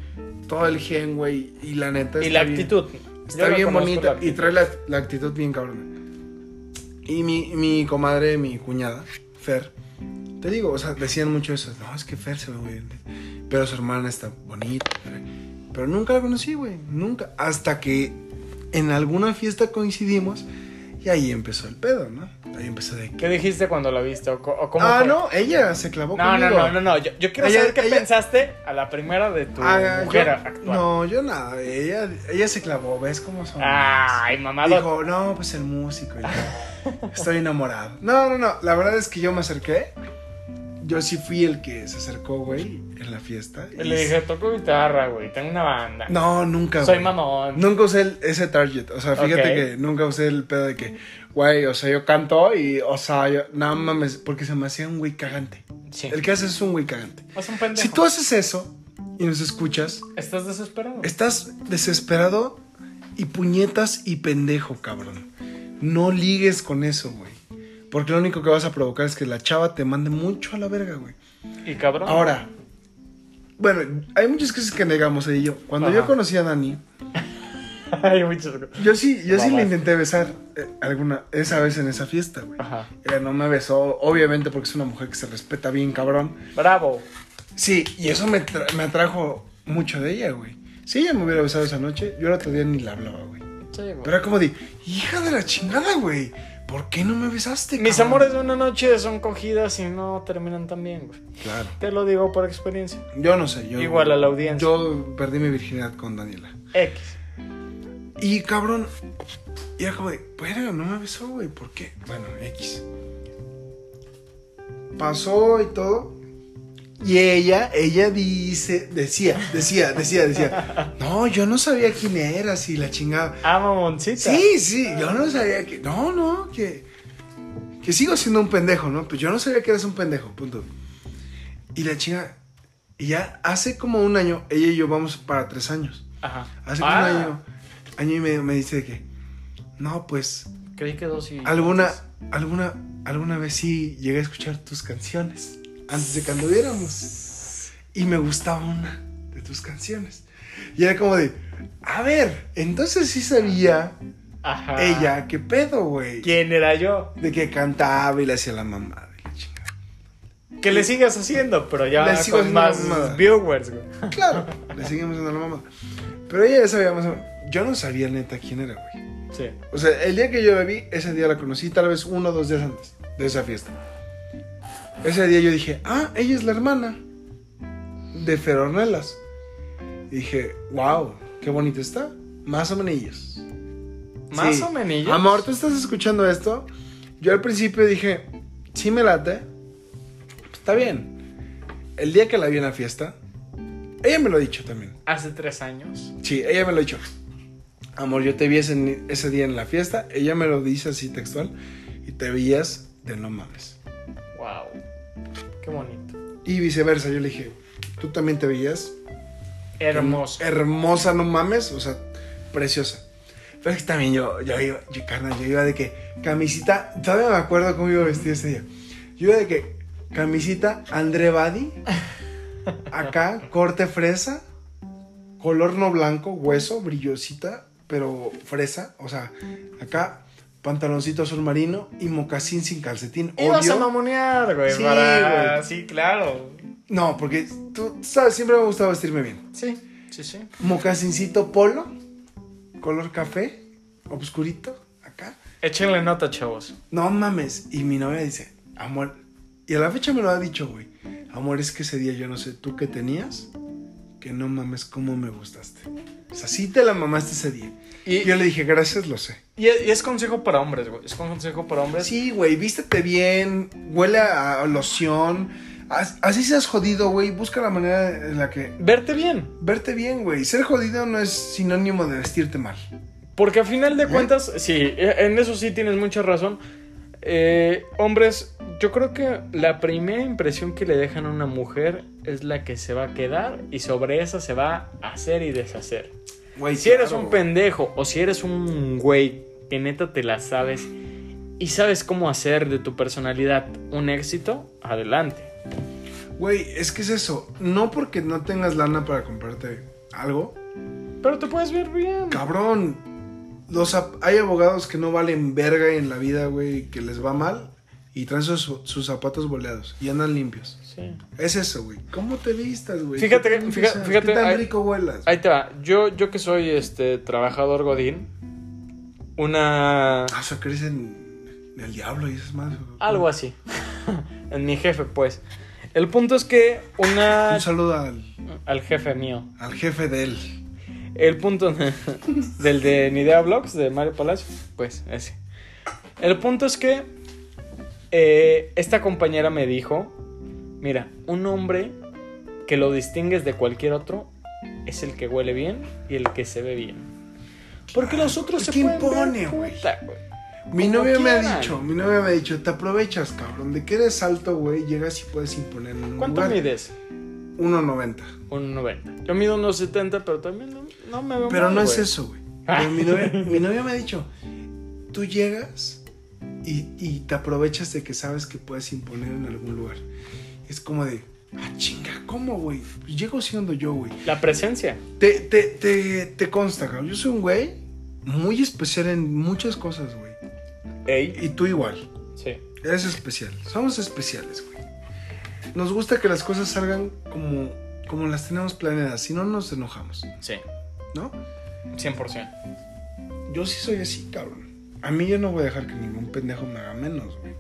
todo el gen, güey. Y la neta y está la bien- actitud. Está Yo la bien conozco, la bonita. Y actitud. trae la, la actitud bien cabrona. Y mi, mi comadre, mi cuñada, Fer. Te digo, o sea, decían mucho eso. No, es que Fer se ve muy bien. Pero su hermana está bonita. Fer. Pero nunca la conocí, güey. Nunca. Hasta que en alguna fiesta coincidimos. Y ahí empezó el pedo, ¿no? Ahí empezó de... ¿Qué dijiste cuando la viste? ¿O, co- o cómo Ah, fue? no, ella se clavó No, no, conmigo. no, no, no. Yo, yo quiero Ella- saber qué ella- pensaste a la primera de tu Ah, mujer yo- actual. No, yo nada. Ella, ella se clavó, ¿ves cómo son? Ay, mamado. Dijo, no, pues el músico. y la- Estoy enamorado. No, no, no. La verdad es que yo me acerqué. Yo sí fui el que se acercó, güey, en la fiesta. Y Y le dije, toco guitarra, güey. Tengo una banda. No, nunca. Soy güey. mamón. Nunca usé el- ese target. O sea, fíjate Ok. que nunca usé el pedo de que, güey, o sea, yo canto y, o sea, yo, no mames, porque se me hacía un güey cagante. Sí. El que haces es un güey cagante. Es un pendejo. Si tú haces eso y nos escuchas, Estás desesperado. Estás desesperado y puñetas y pendejo, cabrón. No ligues con eso, güey. Porque lo único que vas a provocar es que la chava te mande mucho a la verga, güey. Y cabrón. Ahora, bueno, hay muchas cosas que negamos ella y yo. Cuando yo Ajá. conocí a Dani, Hay muchas yo sí, yo sí Mamá. le intenté besar eh, alguna, esa vez en esa fiesta, güey. Ajá. Ella no me besó, obviamente porque es una mujer que se respeta bien, cabrón. Bravo. Sí, y eso me, tra- me atrajo mucho de ella, güey. Si ella me hubiera besado esa noche, yo el otro día ni la hablaba, güey. Sí, güey. Pero era como de, hija de la chingada, güey. ¿Por qué no me besaste? Mis cabrón?" amores de una noche son cogidas y no terminan tan bien, güey. Claro. Te lo digo por experiencia. Yo no sé, yo. Igual a la audiencia. Yo perdí mi virginidad con Daniela. X. Y cabrón. Y era como de, pero no me besó, güey. ¿Por qué? Bueno, X. Pasó y todo. Y ella, ella dice, decía, decía, decía, decía. No, yo no sabía quién eras y la chingada. Ah, mamoncita. Sí, sí, yo no sabía que. No, no, que. Que sigo siendo un pendejo, ¿no? Pues yo no sabía que eras un pendejo, punto. Y la chinga. Y ya hace como un año, ella y yo vamos para tres años. Ajá. Hace como Ah, un año, año y medio me dice de que. No, pues. Creí que dos y. Alguna, alguna, alguna vez sí llegué a escuchar tus canciones. Antes de que anduviéramos. Y me gustaba una de tus canciones. Y era como de. A ver, entonces sí sabía Ajá. ella, qué pedo, güey. ¿Quién era yo? De que cantaba y le hacía la mamada y la chingada. Que le sigas haciendo, pero ya Le sigo con haciendo más la mamada. viewers, güey. Claro, le seguimos haciendo la mamada. Pero ella ya sabía más o menos. Yo no sabía neta quién era, güey. Sí. O sea, el día que yo la vi, ese día la conocí, tal vez uno o dos días antes de esa fiesta. Ese día yo dije, ah, ella es la hermana de Feronelas. Y dije, wow, qué bonito está. Más o menos. Más Sí. o menos. Amor, tú estás escuchando esto. Yo al principio dije, sí me late. Está bien. El día que la vi en la fiesta, ella me lo ha dicho también. Hace tres años. Sí, ella me lo ha dicho. Amor, yo te vi ese, ese día en la fiesta. Ella me lo dice así textual. Y te veías de no mames. Wow. Qué bonito. Y viceversa, yo le dije, tú también te veías Hermoso. Hermosa, no mames. O sea, preciosa. Pero es que también yo, yo iba, yo, carnal, yo iba de que camisita, todavía me acuerdo cómo iba vestido ese día. Yo iba de que camisita André Badi, acá, corte fresa, color no blanco, hueso, brillosita, pero fresa. O sea, acá, pantaloncito azul marino y mocasín sin calcetín. Ibas a Odio. mamonear, güey. Sí, para- güey. Sí, claro. No, porque tú sabes, siempre me ha gustado vestirme bien. Sí, sí, sí. mocasincito polo, color café, obscurito, acá. Échenle nota, chavos. No mames. Y mi novia dice, amor, y a la fecha me lo ha dicho, güey. Amor, es que ese día yo no sé tú qué tenías, que no mames cómo me gustaste. O sea, sí te la mamaste ese día. Y, Y yo le dije, gracias, lo sé. y es y es consejo para hombres, güey. Es consejo para hombres. Sí, güey, vístete bien, huele a, a loción. Haz- Así seas jodido, güey. Busca la manera en la que... Verte bien. Verte bien, güey. Ser jodido no es sinónimo de vestirte mal. Porque a final de ¿Eh? cuentas, sí, e- en eso sí tienes mucha razón. Eh, hombres, yo creo que la primera impresión que le dejan a una mujer es la que se va a quedar y sobre esa se va a hacer y deshacer. Güey, Si eres claro, un güey. pendejo o si eres un güey que neta te la sabes y sabes cómo hacer de tu personalidad un éxito, adelante. Güey, es que es eso. No porque no tengas lana para comprarte algo. Pero te puedes ver bien. Cabrón. Los ab- hay abogados que no valen verga en la vida, güey, que les va mal y traen sus, sus zapatos boleados y andan limpios. Sí. Es eso, güey. ¿Cómo te vistas, güey? Fíjate ¿Qué que- tan fija- pesado? fíjate, ¿Qué tan hay- rico vuelas? Ahí te va. Yo, yo que soy este trabajador godín, una Ah, o sea, crees en, en el diablo y esas más. Algo así. en mi jefe, pues. El punto es que una... Un saludo al, Al jefe mío. al jefe de él. El punto del de Ni Idea Blogs, de Mario Palacio. Pues ese. El punto es que eh, esta compañera me dijo, mira, un hombre que lo distingues de cualquier otro es el que huele bien y el que se ve bien. Porque los otros Es se que pueden ver impone, güey. puta, güey. Mi Como novia me ha quieran. dicho, mi novia me ha dicho, te aprovechas, cabrón, de que eres alto, güey, llegas y puedes imponer en un ¿Cuánto lugar. mides? 1.90. 1,90. Yo mido 1,70, pero también no, no me veo Pero mal, no es güey. eso, güey. Pero Mi novia, mi novia me ha dicho, tú llegas y, y te aprovechas de que sabes que puedes imponer en algún lugar. Es como de, ah, chinga, ¿cómo, güey? Pues llego siendo yo, güey. La presencia. Te, te, te, te consta, cabrón. Yo soy un güey muy especial en muchas cosas, güey. Ey. Y tú igual. Sí. Eres especial. Somos especiales, güey. Nos gusta que las cosas salgan como, como las tenemos planeadas. Si no, nos enojamos, Sí. ¿no? 100%. Yo sí soy así, cabrón. A mí yo no voy a dejar que ningún pendejo me haga menos, güey.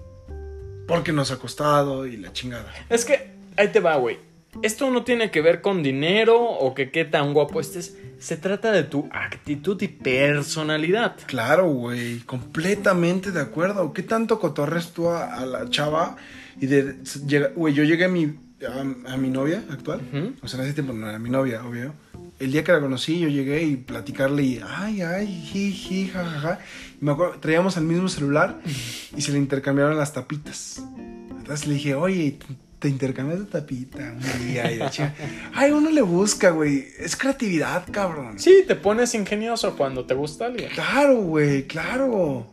Porque nos ha costado y la chingada. Es que ahí te va, güey. Esto no tiene que ver con dinero o que qué tan guapo estés. Se trata de tu actitud y personalidad. Claro, güey. Completamente de acuerdo. ¿Qué tanto cotorres tú a, a la chava? Y de. llega- Güey, yo llegué a mi, a, a mi novia actual. Ujú. O sea, en ese tiempo no era mi novia, obvio. El día que la conocí, yo llegué y platicarle y. Ay, ay, jiji, jajaja. Y me acuerdo, traíamos el mismo celular y se le intercambiaron las tapitas. Entonces le dije, oye, te intercambias de tapita un día. Y la chica, ay, uno le busca, güey. Es creatividad, cabrón. Sí, te pones ingenioso cuando te gusta alguien. Claro, güey, claro.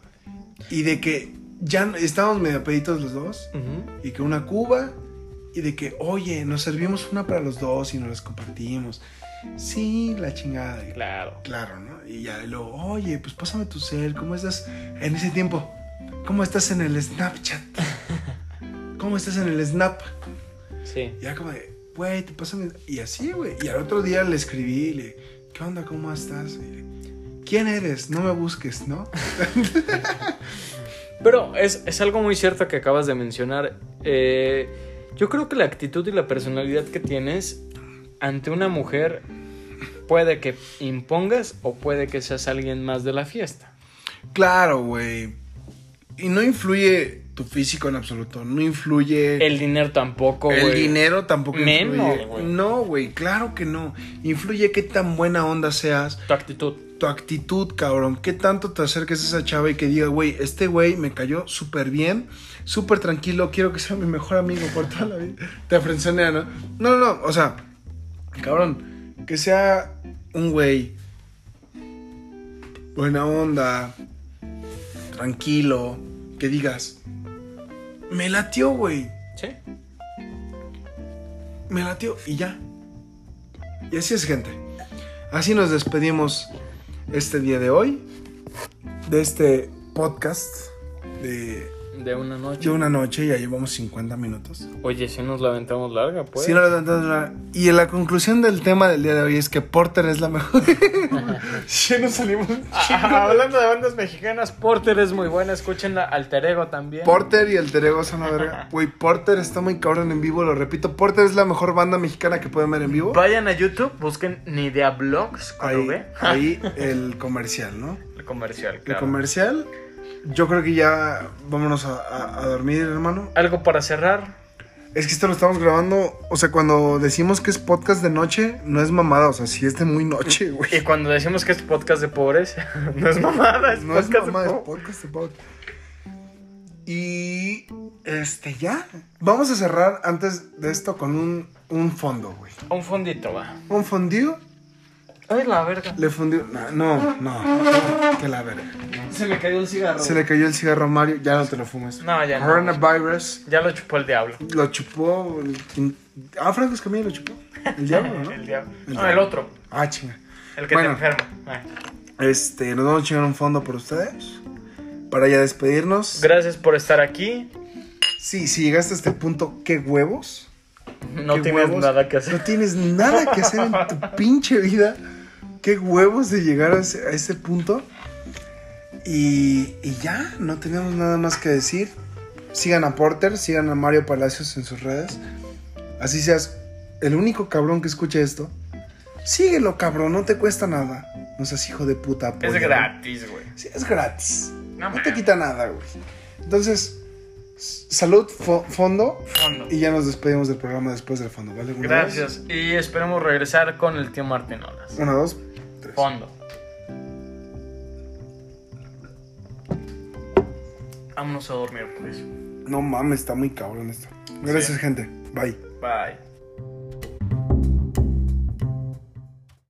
Y de que ya no- estábamos medio peditos los dos. Ujú. Y que una cuba. Y de que, oye, nos servimos una para los dos y nos las compartimos. Sí, la chingada. y- Claro. Claro, ¿no? Y ya y luego, oye, pues pásame tu cel. ¿Cómo estás en ese tiempo? ¿Cómo estás en el Snapchat? ¿Cómo estás en el Snap? Sí. Y era como de, güey, te pásame. Y así, güey. Y al otro día le escribí y le, ¿qué onda? ¿Cómo estás? Y le, ¿Quién eres? No me busques, ¿no? Pero es, es algo muy cierto que acabas de mencionar. Eh, yo creo que la actitud y la personalidad que tienes ante una mujer puede que impongas o puede que seas alguien más de la fiesta. Claro, güey. Y no influye tu físico en absoluto. No influye. El dinero tampoco, güey. El dinero tampoco Menos, influye. güey. No, güey, claro que no. Influye qué tan buena onda seas, Tu actitud. tu actitud, cabrón. Qué tanto te acerques a esa chava y que diga, güey, este güey me cayó súper bien, súper tranquilo, quiero que sea mi mejor amigo por toda la vida. Te afrencionea, ¿no? No, no, no, o sea, cabrón, que sea un güey buena onda, tranquilo, que digas, me latió, güey, Sí. me latió y ya. Y así es, gente. Así nos despedimos este día de hoy, de este podcast de, De una noche. de una noche, ya llevamos 50 minutos. Oye, si nos la aventamos larga, pues. Sí, no, no, no, no. Y la conclusión del tema del día de hoy es que Porter es la mejor. Ya nos salimos. Ah, hablando de bandas mexicanas, Porter es muy buena. Escúchenla. Alter Ego también. Porter y el Terego son la verga. Güey, Porter está muy cabrón en vivo, lo repito. Porter es la mejor banda mexicana que pueden ver en vivo. Vayan a YouTube, busquen Ni Idea Blogs con Ahí, V. ahí el comercial, ¿no? El comercial, El claro. comercial. Yo creo que ya vámonos a, a- a dormir, hermano. Algo para cerrar. Es que esto lo estamos grabando. O sea, cuando decimos que es podcast de noche, no es mamada. O sea, sí es de muy noche, güey. Y cuando decimos que es podcast de pobres, no es mamada, es No es podcast mamada, de es pobres. podcast de pod. Y este, ya. Vamos a cerrar antes de esto con un, un fondo, güey. Un fondito, va. Un fondido. Ay, la verga. Le fundió. No, no, no. Que la verga. Se me cayó el cigarro. Se le cayó el cigarro a Mario. Ya no te lo fumes. No, ya no. Coronavirus. Ya lo chupó el diablo. Lo chupó. el quin- Ah, Franco Escamilla lo chupó. El diablo, ¿no? El diablo. El no, diablo. el otro. Ah, chinga. El que Bueno. te enferma. Ah. Ay. Este, nos vamos a chingar un fondo por ustedes. Para ya despedirnos. Gracias por estar aquí. Sí, si llegaste a este punto, qué huevos. No qué tienes huevos. nada que No hacer. tienes nada que hacer en tu pinche vida. Qué huevos de llegar a ese, a ese punto. Y, y ya, no tenemos nada más que decir. Sigan a Porter, sigan a Mario Palacios en sus redes. Así seas el único cabrón que escucha esto. Síguelo, cabrón, no te cuesta nada. No seas hijo de puta. Es apóyalo. gratis, güey. Sí, es gratis. No, No te mames. quita nada, güey. Entonces, s- salud, fo- fondo. Fondo. Y ya nos despedimos del programa después del fondo, ¿vale? Una, Gracias. Y esperemos regresar con el tío Martín Olas. dos, Una, dos, tres. Fondo. Vámonos a dormir, pues. No mames, está muy cabrón esto. Gracias, gente. Bye. Bye.